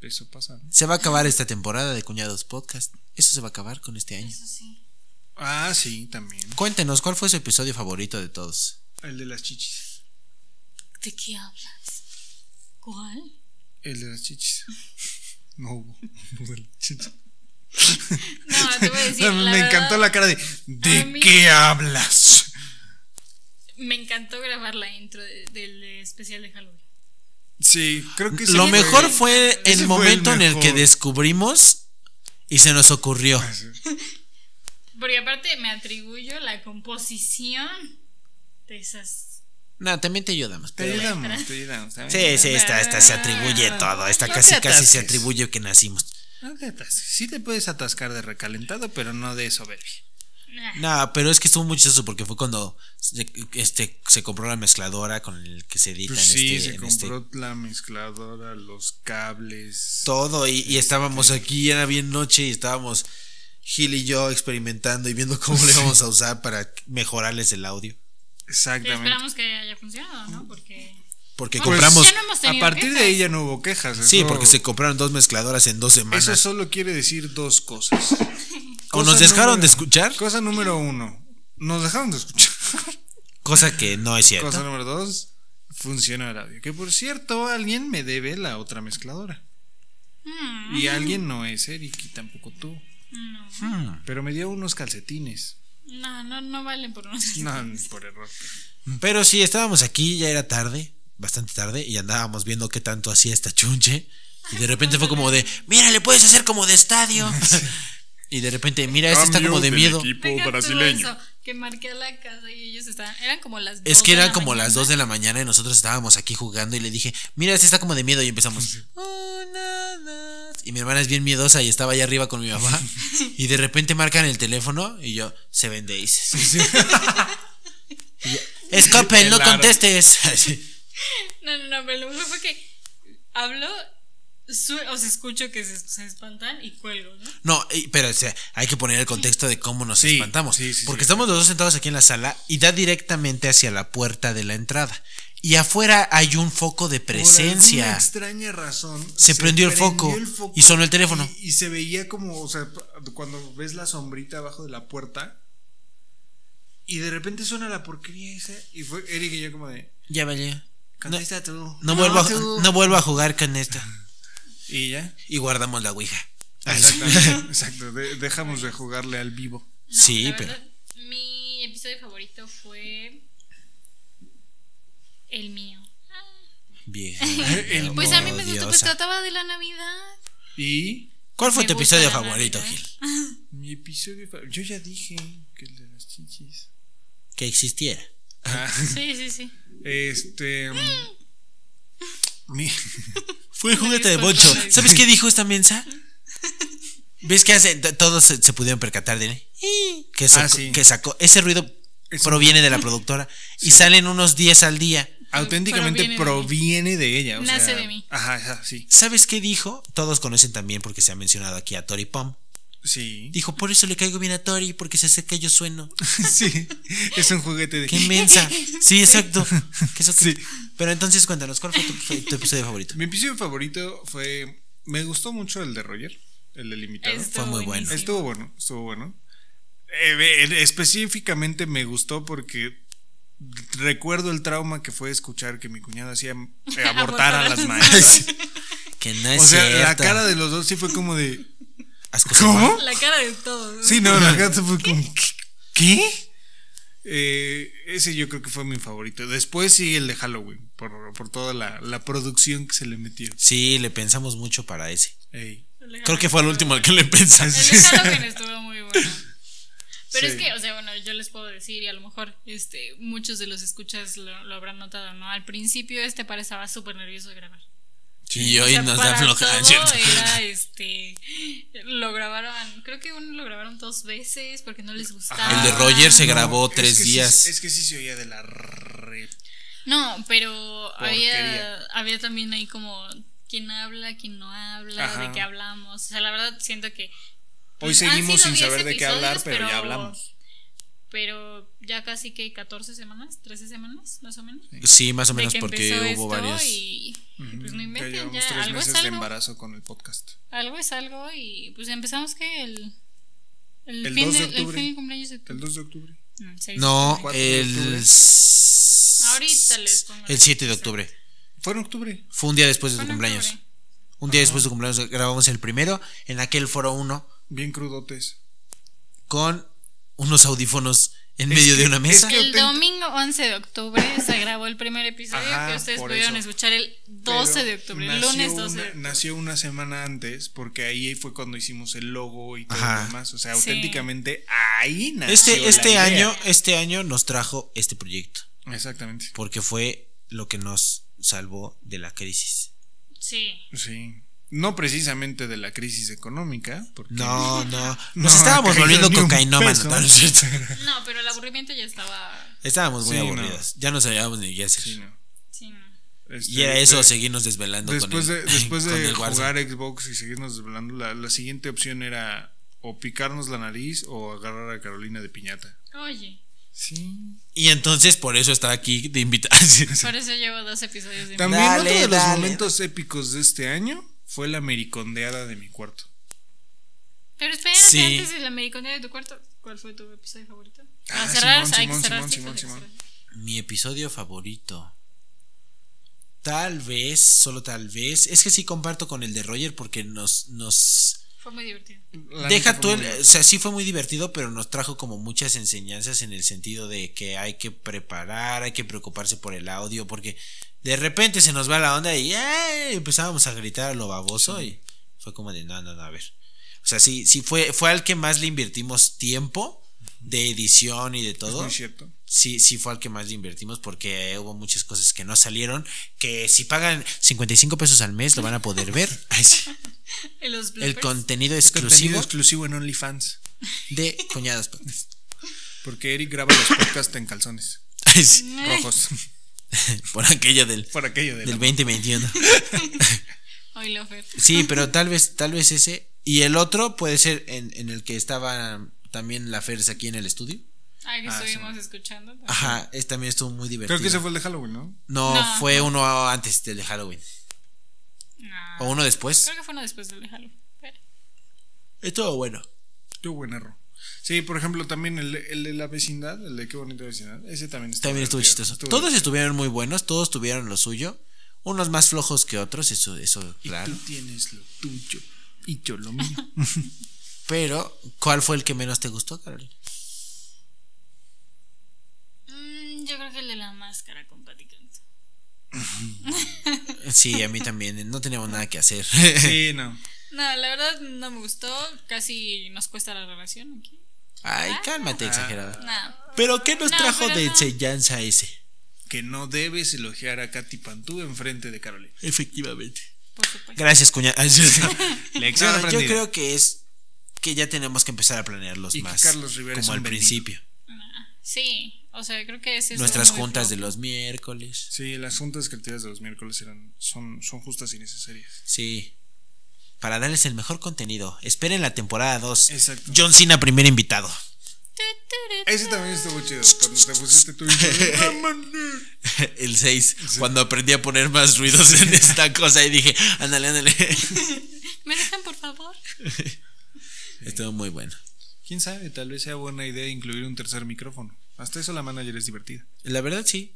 Eso pasa, ¿no? Se va a acabar esta temporada de Cuñados Podcast. Eso se va a acabar con este año. Eso sí. Ah, sí, también. Cuéntenos, ¿cuál fue su episodio favorito de todos? El de las chichis. ¿De qué hablas? ¿Cuál? El de las chichis. No hubo. El de las chichis. No, te voy a decir. Me la encantó verdad, la cara de a ¿De mí- qué hablas? Me encantó grabar la intro de- del especial de Halloween. Sí, creo que ese Lo fue- mejor fue Ese fue el el momento en el que mejor. descubrimos y se nos ocurrió. Porque aparte me atribuyo la composición de esas. No, también te ayudamos. Te pero bueno. ayudamos, te ayudamos. también. Sí, sí, esta, esta se atribuye todo. Esta No casi te casi se atasques. atribuye que nacimos. No te atasques. pues, Sí te puedes atascar de recalentado, pero no de soberbia. Ah, No, pero es que estuvo muy chistoso porque fue cuando se, este, se compró la mezcladora con el que se edita Pues en sí, este- se en este compró la mezcladora, los cables. todo y, y estábamos aquí, era bien noche y estábamos Gil y yo experimentando y viendo cómo le íbamos a usar para mejorarles el audio. pero Exactamente. esperamos que haya funcionado, ¿no? Porque. Porque Pues, compramos... ya no hemos A tenido partir de quejas. ahí ya no hubo quejas. Sí, eso- porque se compraron dos mezcladoras en dos semanas. Eso solo quiere decir dos cosas. o cosa nos dejaron número- de escuchar, Cosa número uno, nos dejaron de escuchar. cosa que no es cierta. Cosa número dos, funciona el audio. Que por cierto, alguien me debe la otra mezcladora. Mm, Y alguien no es Eric y tampoco tú. no. Hmm. Pero me dio unos calcetines. No, no, no valen por unos. No, por error. Pero sí, estábamos aquí, ya era tarde, bastante tarde, y andábamos viendo qué tanto hacía esta chunche. Y de repente fue como de, mira, le puedes hacer como de estadio. Y de repente, mira, este está Cambio como de del miedo. equipo Deja tú brasileño. eso, que marqué a la casa y ellos estaban. Eran como las Es dos que de eran la como las mañana. 2 de la mañana y nosotros estábamos aquí jugando y le dije, mira, este está como de miedo y empezamos. "Una, dos". Y mi hermana es bien miedosa y estaba allá arriba con mi mamá y de repente marcan el teléfono y yo, se vendéis. Escopen, no Claro. contestes. No, no, no, pero lo mejor fue que hablo, su- o sea, escucho que se, se espantan y cuelgo, ¿no? No, y- pero o sea, hay que poner el contexto de cómo nos Sí, espantamos. sí, sí, porque sí. estamos los dos sentados aquí en la sala y da directamente hacia la puerta de la entrada. Y afuera hay un foco de Por alguna presencia. extraña razón. Se prendió el foco y sonó el teléfono. Y, y se veía como, o sea, cuando ves la sombrita abajo de la puerta. Y de repente suena la porquería esa. Y fue Eric y yo como de. Ya vaya. No, Contesta tú. No vuelvo, tú". a, no vuelvo a jugar con esto. Y ya. Y guardamos la ouija. Exactamente. exacto. de- dejamos de jugarle al vivo. No, Sí, la pero. verdad, mi episodio favorito fue. El mío. Bien. El Pues a mí me gustó, pues Odiosa. trataba de la Navidad. Y ¿Cuál fue Me tu gusta episodio la favorito, Navidad. Gil? mi episodio. fa- Yo ya dije que el de las chichis. Que existiera. Ah. Sí, sí, sí. Este. mm, mi- Fue el juguete de Me gustó Bocho. la idea. ¿Sabes qué dijo esta mensa? ¿Ves que hace? T- Todos se, se pudieron percatar de "Ih", que sacó, Ah, sí. que sacó. Ese ruido Es- proviene de la productora. Y salen unos 10 al día. Auténticamente proviene, Proviene de, ella. o Nace sea, de mí. Ajá, ajá, sí. ¿Sabes qué dijo? Todos conocen también porque se ha mencionado aquí a Tori Pom. Sí. Dijo, por eso le caigo bien a Tori, porque se acerca y yo sueno. sí. Es un juguete de. ¡Qué mensa! Sí, exacto. Que eso que- Sí. Pero entonces cuéntanos, ¿cuál fue tu, fue tu episodio favorito? Mi episodio favorito fue. Me gustó mucho el de Roger, el delimitado. Estuvo Fue muy bueno. buenísimo. Estuvo bueno, estuvo bueno. Eh, eh, específicamente me gustó porque recuerdo el trauma que fue escuchar que mi cuñada hacía eh, abortar a las maestras. Que no es O sea, cierto. la cara de los dos sí fue como de. Asco ¿Cómo? La cara de todos. Sí, no, la gata fue como. ¿Qué? Eh, ese yo creo que fue mi favorito. Después sí el de Halloween, por, por toda la, la producción que se le metió. Sí, le pensamos mucho para ese. Ey. Creo que fue el último al que le pensas. El de Halloween estuvo muy bueno. Pero es Sí. que, o sea, bueno, yo les puedo decir, y a lo mejor este, muchos de los escuchas lo, lo habrán notado, ¿no? Al principio este par estaba súper nervioso de grabar. Y hoy O sea, nos da para floja. todo ¿cierto? Era, este, lo grabaron, creo que uno lo grabaron dos veces porque no les gustaba. El Ah, de Roger se No, grabó es tres que sí- días. es que sí se oía de la re. No, pero había, Porquería. había también ahí como quién habla, quién no habla, de Ajá. qué hablamos. O sea, la verdad siento que. Hoy Pues han seguimos sido sin 10 saber de qué episodios, hablar, pero, ya hablamos. Pero ya casi que 14 semanas, 13 semanas, más o menos. Sí, más o de menos que porque empezó hubo esto varias. Y, y pues no Ujú. Ya inventen, llevamos ya, tres algo es meses de algo. embarazo con el podcast. Algo es algo y pues empezamos que el. El, El fin 2 de del- el octubre. fin de cumpleaños de El octubre. 2 de octubre. No, el 6 de No, octubre. Cuatro de el. octubre. s- Ahorita les pongo El la 7 de fecha. octubre. Fue en octubre. Fue un día después de Fue tu en cumpleaños. octubre. Ah. Un día después de tu cumpleaños grabamos el primero en aquel foro 1 Bien crudotes. con unos audífonos en Es medio que- de una mesa. es que- El ten- domingo 11 de octubre se grabó el primer episodio Ajá, que ustedes por pudieron eso. escuchar el 12 Pero de octubre, el nació lunes 12 una- de octubre. Nació una semana antes, porque ahí fue cuando hicimos el logo y todo Ajá. lo demás. O sea, Sí. auténticamente ahí nació. Este, la este idea. año, este año nos trajo este proyecto. Exactamente. Porque fue lo que nos salvó de la crisis. Sí. Sí. No precisamente de la crisis económica, porque No, no. Nos no ha estábamos caído volviendo ni un cocainómanos. peso. no, no es cierto. No, pero el aburrimiento ya estaba. Estábamos muy Sí, no. aburridos. Ya no sabíamos ni qué hacer. Sí, no. Sí, no. Este, Y era eso, de- seguirnos desvelando Después con de, el, después con de el Warzone. jugar Xbox y seguirnos desvelando, la, la siguiente opción era o picarnos la nariz o agarrar a Carolina de piñata. Oye, Sí. Y entonces por eso está aquí de invitar. por eso llevo dos episodios de También Dale, otro de los dale. momentos épicos de este año fue la mericondeada de mi cuarto. Pero espérate, Sí. antes de la mediconía de tu cuarto, ¿cuál fue tu episodio favorito? Para Ah, cerrar, Simón, hay Simón, que cerrar Simón, chicos, hay que Simón, cerrar. Mi episodio favorito. Tal vez, solo tal vez. Es que sí comparto con el de Roger porque nos. nos Fue muy divertido. La Deja neta tú, fue el- muy- o sea, sí fue muy divertido, pero nos trajo como muchas enseñanzas en el sentido de que hay que preparar, hay que preocuparse por el audio, porque de repente se nos va la onda y ¡ay! empezábamos a gritar a lo baboso y fue como de no, no, no, a ver. O sea, sí, sí fue, fue al que más le invertimos tiempo de edición y de es todo. muy cierto. Sí, sí fue al que más le invertimos porque eh, hubo muchas cosas que no salieron, que si pagan 55 pesos al mes lo van a poder ver. Ay, sí. ¿Y los El contenido Pues, bloopers? Contenido exclusivo exclusivo en OnlyFans. de cuñadas podcast. Porque Eric graba los podcasts en calzones Ay, sí, Ay, rojos. Por aquello del, Por aquello de la- del 2021. Hoy lo Fer. Sí, pero tal vez, tal vez ese. Y el otro puede ser en, en el que estaba también la Fers aquí en el estudio. Ah, que Ah, estuvimos sí. escuchando. también. Ajá, es, también estuvo muy divertido. Creo que ese fue el de Halloween, ¿no? No, No. fue uno antes del de Halloween. No. O uno después. Ah, Creo que fue uno después del de Halloween. Pero- Estuvo bueno. Yo buen error. Sí, por ejemplo, también el, el de la vecindad, el de qué bonita vecindad, ese también estuvo También estuvo divertido. chistoso. Estuvo todos divertido. estuvieron muy buenos, todos tuvieron lo suyo. Unos más flojos que otros, eso, eso claro. Tú tienes lo tuyo y yo lo mío. Pero, ¿cuál fue el que menos te gustó, Carolina? Mm, yo creo que el de la máscara con Pati Canto. Sí, a mí también. No teníamos nada que hacer. sí, no. No, la verdad no me gustó. Casi nos cuesta la relación aquí. Ay, cálmate, exagerada. Nada. ¿Pero qué nos No, trajo pero de no. enseñanza ese? Que no debes elogiar a Katy Pantú enfrente de Carolina. Efectivamente. Por supuesto. Gracias, cuña. Ay, sí. Lección No, yo aprendida. creo que es que ya tenemos que empezar a planearlos Y que más. Carlos Rivera es como un al vendido. principio. Nah. Sí, o sea, creo que ese es Nuestras uno juntas de flojo. los miércoles. Sí, las juntas creativas de los miércoles eran, son, son justas y necesarias. Sí. Para darles el mejor contenido. Esperen la temporada 2. Exacto. John Cena, primer invitado. Tu, tu, tu, Ese también estuvo chido. Cuando te pusiste tú y yo, el 6. Cuando aprendí a poner más ruidos en esta cosa y dije, ándale, ándale. tu. ¿Me dejan, por favor? Estuvo muy bueno. Quién sabe, tal vez sea buena idea incluir un tercer micrófono. Hasta eso la manager es divertida. La verdad, sí.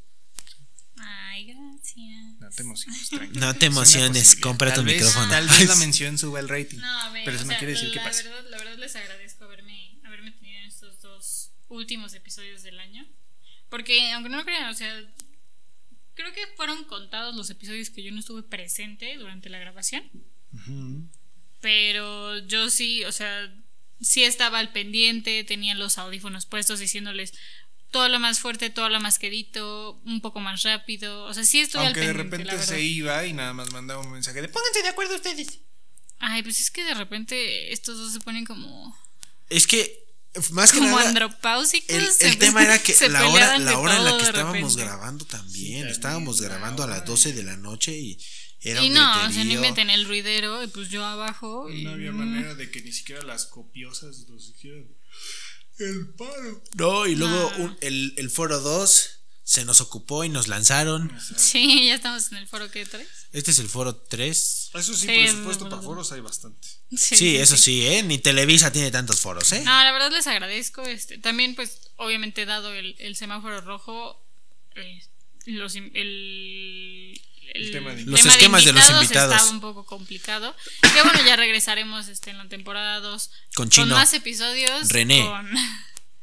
Ay, gracias. No te emociones, tranquilo. No te Es una emociones, posibilidad. compra Tal tu vez- micrófono. Tal vez la mención suba el rating. No, a ver, pero eso o no sea, quiere decir que la, pase. verdad, la verdad les agradezco haberme, haberme tenido en estos dos últimos episodios del año. Porque, aunque no lo crean, o sea, creo que fueron contados los episodios que yo no estuve presente durante la grabación. Ujú. Pero yo sí, o sea, sí estaba al pendiente, tenía los audífonos puestos diciéndoles todo lo más fuerte, todo lo más quedito, un poco más rápido. O sea, sí estuve Aunque al de pendiente. la repente verdad. se iba y nada más mandaba un mensaje de pónganse de acuerdo ustedes. Ay, pues es que de repente estos dos se ponen como. Es que Más que Como nada, andropáusicos. el, Pues, se el pe- tema era que se la hora, peleaban de la hora en la todo que de estábamos repente. grabando también. también, estábamos la grabando a las hora. 12 de la noche y era Y un no, o sea, no griterío. inventen el ruidero, y pues yo abajo. y- mm, No había manera de que ni siquiera las copiosas nos dijeran el paro. No, y luego Ah. un- el, el foro 2 se nos ocupó y nos lanzaron. Sí, ya estamos en el foro que traes. Este es el foro 3. Eso sí, Sí, por eso supuesto, es para verdad. foros hay bastante. Sí, eso sí, ¿eh? Ni Televisa tiene tantos foros, ¿eh? No, Ah, la verdad les agradezco. Este, también, pues, obviamente, dado el, el semáforo rojo, eh, los, im- el, el El tema de- Los esquemas de los invitados. estaba un poco complicado. Que bueno, ya regresaremos este, en la temporada 2 Con con Chino más episodios. René. con-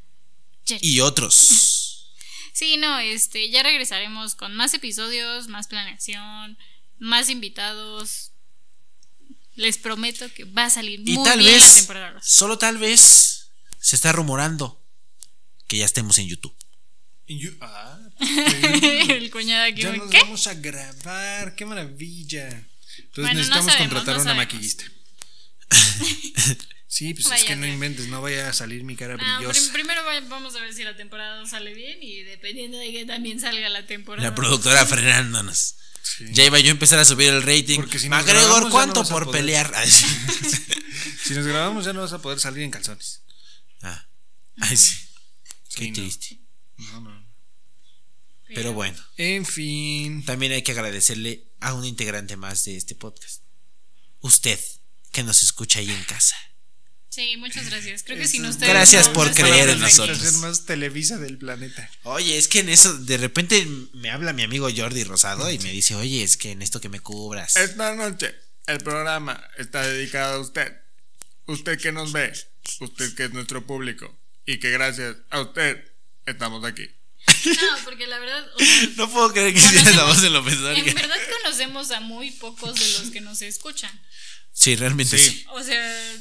y otros. Sí, no, este, ya regresaremos con más episodios, más planeación, más invitados. Les prometo que va a salir Y muy tal bien la vez, temporada 2. solo tal vez, se está rumorando que ya estemos en YouTube. Y yo- ah, El cuñado aquí, ya ¿qué? nos vamos a grabar, qué maravilla. Entonces Bueno, no necesitamos sabemos, contratar no una sabemos. maquillista. sí, pues Vaya es que no ser. inventes, no vaya a salir mi cara Ah, prim- brillosa. primero va- vamos a ver si la temporada dos sale bien y dependiendo de que también salga la temporada. La productora frenándonos. Sí. Ya iba yo a empezar a subir el rating. Porque si nos grabamos, ya McGregor, no ¿cuánto vas a por poder. pelear? Ay, sí. Si nos grabamos ya no vas a poder salir en calzones. Ah. Ay, sí. Qué Sí, no. triste. No, no. Pero bueno, En fin. también hay que agradecerle a un integrante más de este podcast. Usted, que nos escucha ahí en casa. Sí, muchas gracias. Creo que Eso sin es- ustedes. Gracias no- por no creer en estaríamos aquí. nosotros. La más televisa del planeta. Oye, es que en eso, de repente me habla mi amigo Jordi Rosado y me dice, oye, es que en esto que me cubras. Esta noche el programa está dedicado a usted. Usted que nos ve, usted que es nuestro público y que gracias a usted estamos aquí. No, porque la verdad. o sea, No puedo creer que hicieras la voz de López en Dóriga. verdad conocemos a muy pocos de los que nos escuchan. Sí, realmente Sí. sí. O sea,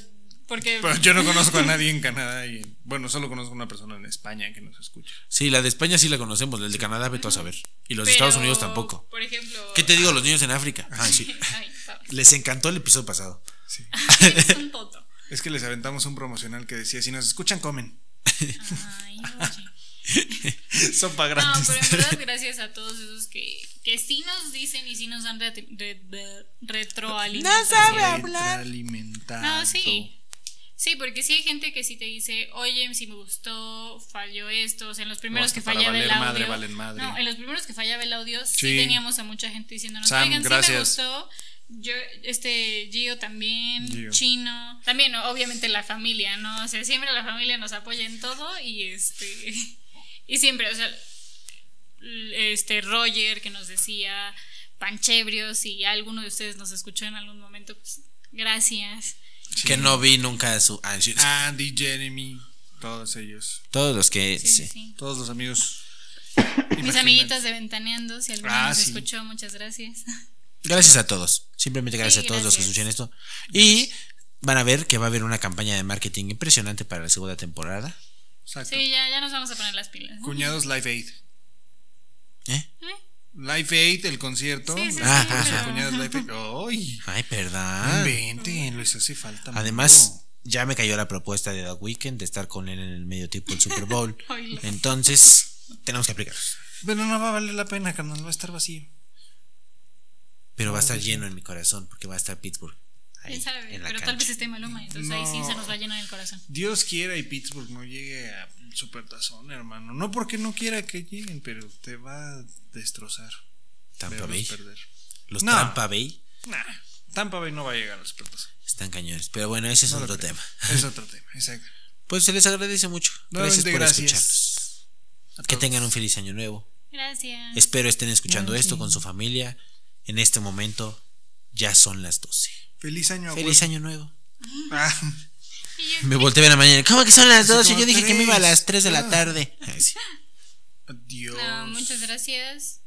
porque. Pero yo no conozco a nadie en Canadá y bueno, solo conozco a una persona en España que nos escucha. Sí, la de España sí la conocemos, la de Canadá vete a saber. Y los de pero, Estados Unidos tampoco. Por ejemplo. ¿Qué te digo los niños en África? Ah, sí. Ay, Pablo, Les encantó el episodio pasado. Sí. eres un toto. Es que les aventamos un promocional que decía, si nos escuchan, comen. Ay, oye. Sopa No, gratis. pero en verdad gracias a todos esos que, que sí nos dicen y sí nos dan re- re- re- retroalimentación. Retroalimentado. No, sí. Sí, porque sí hay gente que sí te dice, oye, si me gustó, falló esto. O sea, en los primeros hasta que para fallaba el valer audio. madre, valen madre. No, en los primeros que fallaba el audio, sí, Sí. teníamos a mucha gente diciéndonos, Sam, oigan, sí gracias. me gustó. Yo, este, Gio también, Gio. Chino. También, obviamente, la familia, ¿no? O sea, siempre la familia nos apoya en todo y este. Y siempre, o sea, este Roger que nos decía Panchebrio, si alguno de ustedes nos escuchó en algún momento, pues gracias. Que no vi nunca su... ah, sí. Andy, Jeremy, todos ellos. Todos los que... Sí, sí. sí, sí. Todos los amigos. Mis Imagínate. amiguitas de Ventaneando, si alguno Ah, nos sí. escuchó, muchas gracias. Gracias a todos. Simplemente gracias Sí, a todos los que gracias. escuchan esto. Y van a ver que va a haber una campaña de marketing impresionante para la segunda temporada. Exacto. Sí, ya, ya nos vamos a poner las pilas. ¿no? Cuñados Live Aid. ¿Eh? Live Aid, el concierto. Sí, sí, Ah, sí, Ah. ah, pero- ah. Cuñados Live Aid. ¡Ay! Ay, perdón. Vente, les hace falta. Además, ya me cayó la propuesta de The Weeknd de estar con él en el medio tiempo del Super Bowl. Oilo. Entonces, tenemos que aplicarlos. mundo. Pero no va a valer la pena, carnal. Va a estar vacío. Pero va a estar lleno en mi corazón porque va a estar Pittsburgh. ahí, ¿Quién sabe? en Pero la tal cancha. vez esté Maloma, entonces ahí sí No. se nos va a llenar el corazón. Dios quiera y Pittsburgh no llegue a Supertazón, hermano. No porque no quiera que lleguen, pero te va a destrozar. Tampa verlos Bay. perder. Los No. Tampa Bay Nah, Tampa Bay no va a llegar al Supertazón. están cañones. Pero bueno, ese es No lo otro creo. tema. Es otro tema, exacto. Pues se les agradece mucho. Gracias Nuevamente, por gracias. escucharnos. A Que todos. tengan un feliz año nuevo. Gracias. Espero estén escuchando Claro, esto sí. con su familia. En este momento ya son las 12. Feliz año, Feliz año nuevo. abuelo. Ah, Y yo- Me volteé a ver la mañana. ¿Cómo que son las Así 12? como Yo dije que me iba a tres. las 3 de la Ah. tarde. Ay, sí. Adiós. No, muchas gracias.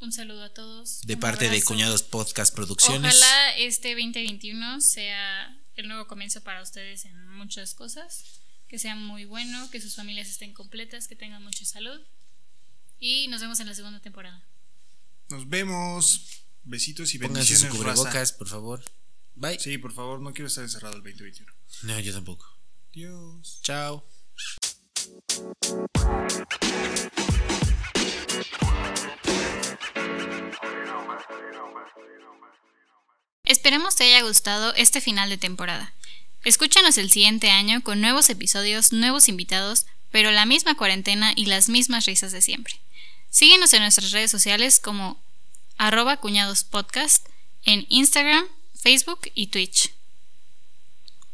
Un saludo a todos. De un parte de abrazo. Cuñados Podcast Producciones. Ojalá este 2021 sea el nuevo comienzo para ustedes en muchas cosas. Que sea muy bueno, que sus familias estén completas, que tengan mucha salud. Y nos vemos en la segunda temporada. Nos vemos. Besitos y Pónganse su bendiciones. raza. cubrebocas, por favor. Bye. Sí, por favor, no quiero estar encerrado el 2021. No, yo tampoco. Dios. Chao. Esperemos te haya gustado este final de temporada. Escúchanos el siguiente año con nuevos episodios, nuevos invitados, pero la misma cuarentena y las mismas risas de siempre. Síguenos en nuestras redes sociales como arroba cuñados podcast en Instagram, Facebook y Twitch.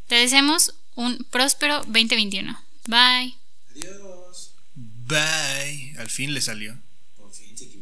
Te deseamos un próspero 2021. Bye. Adiós. Bye. Al fin le salió. Por fin se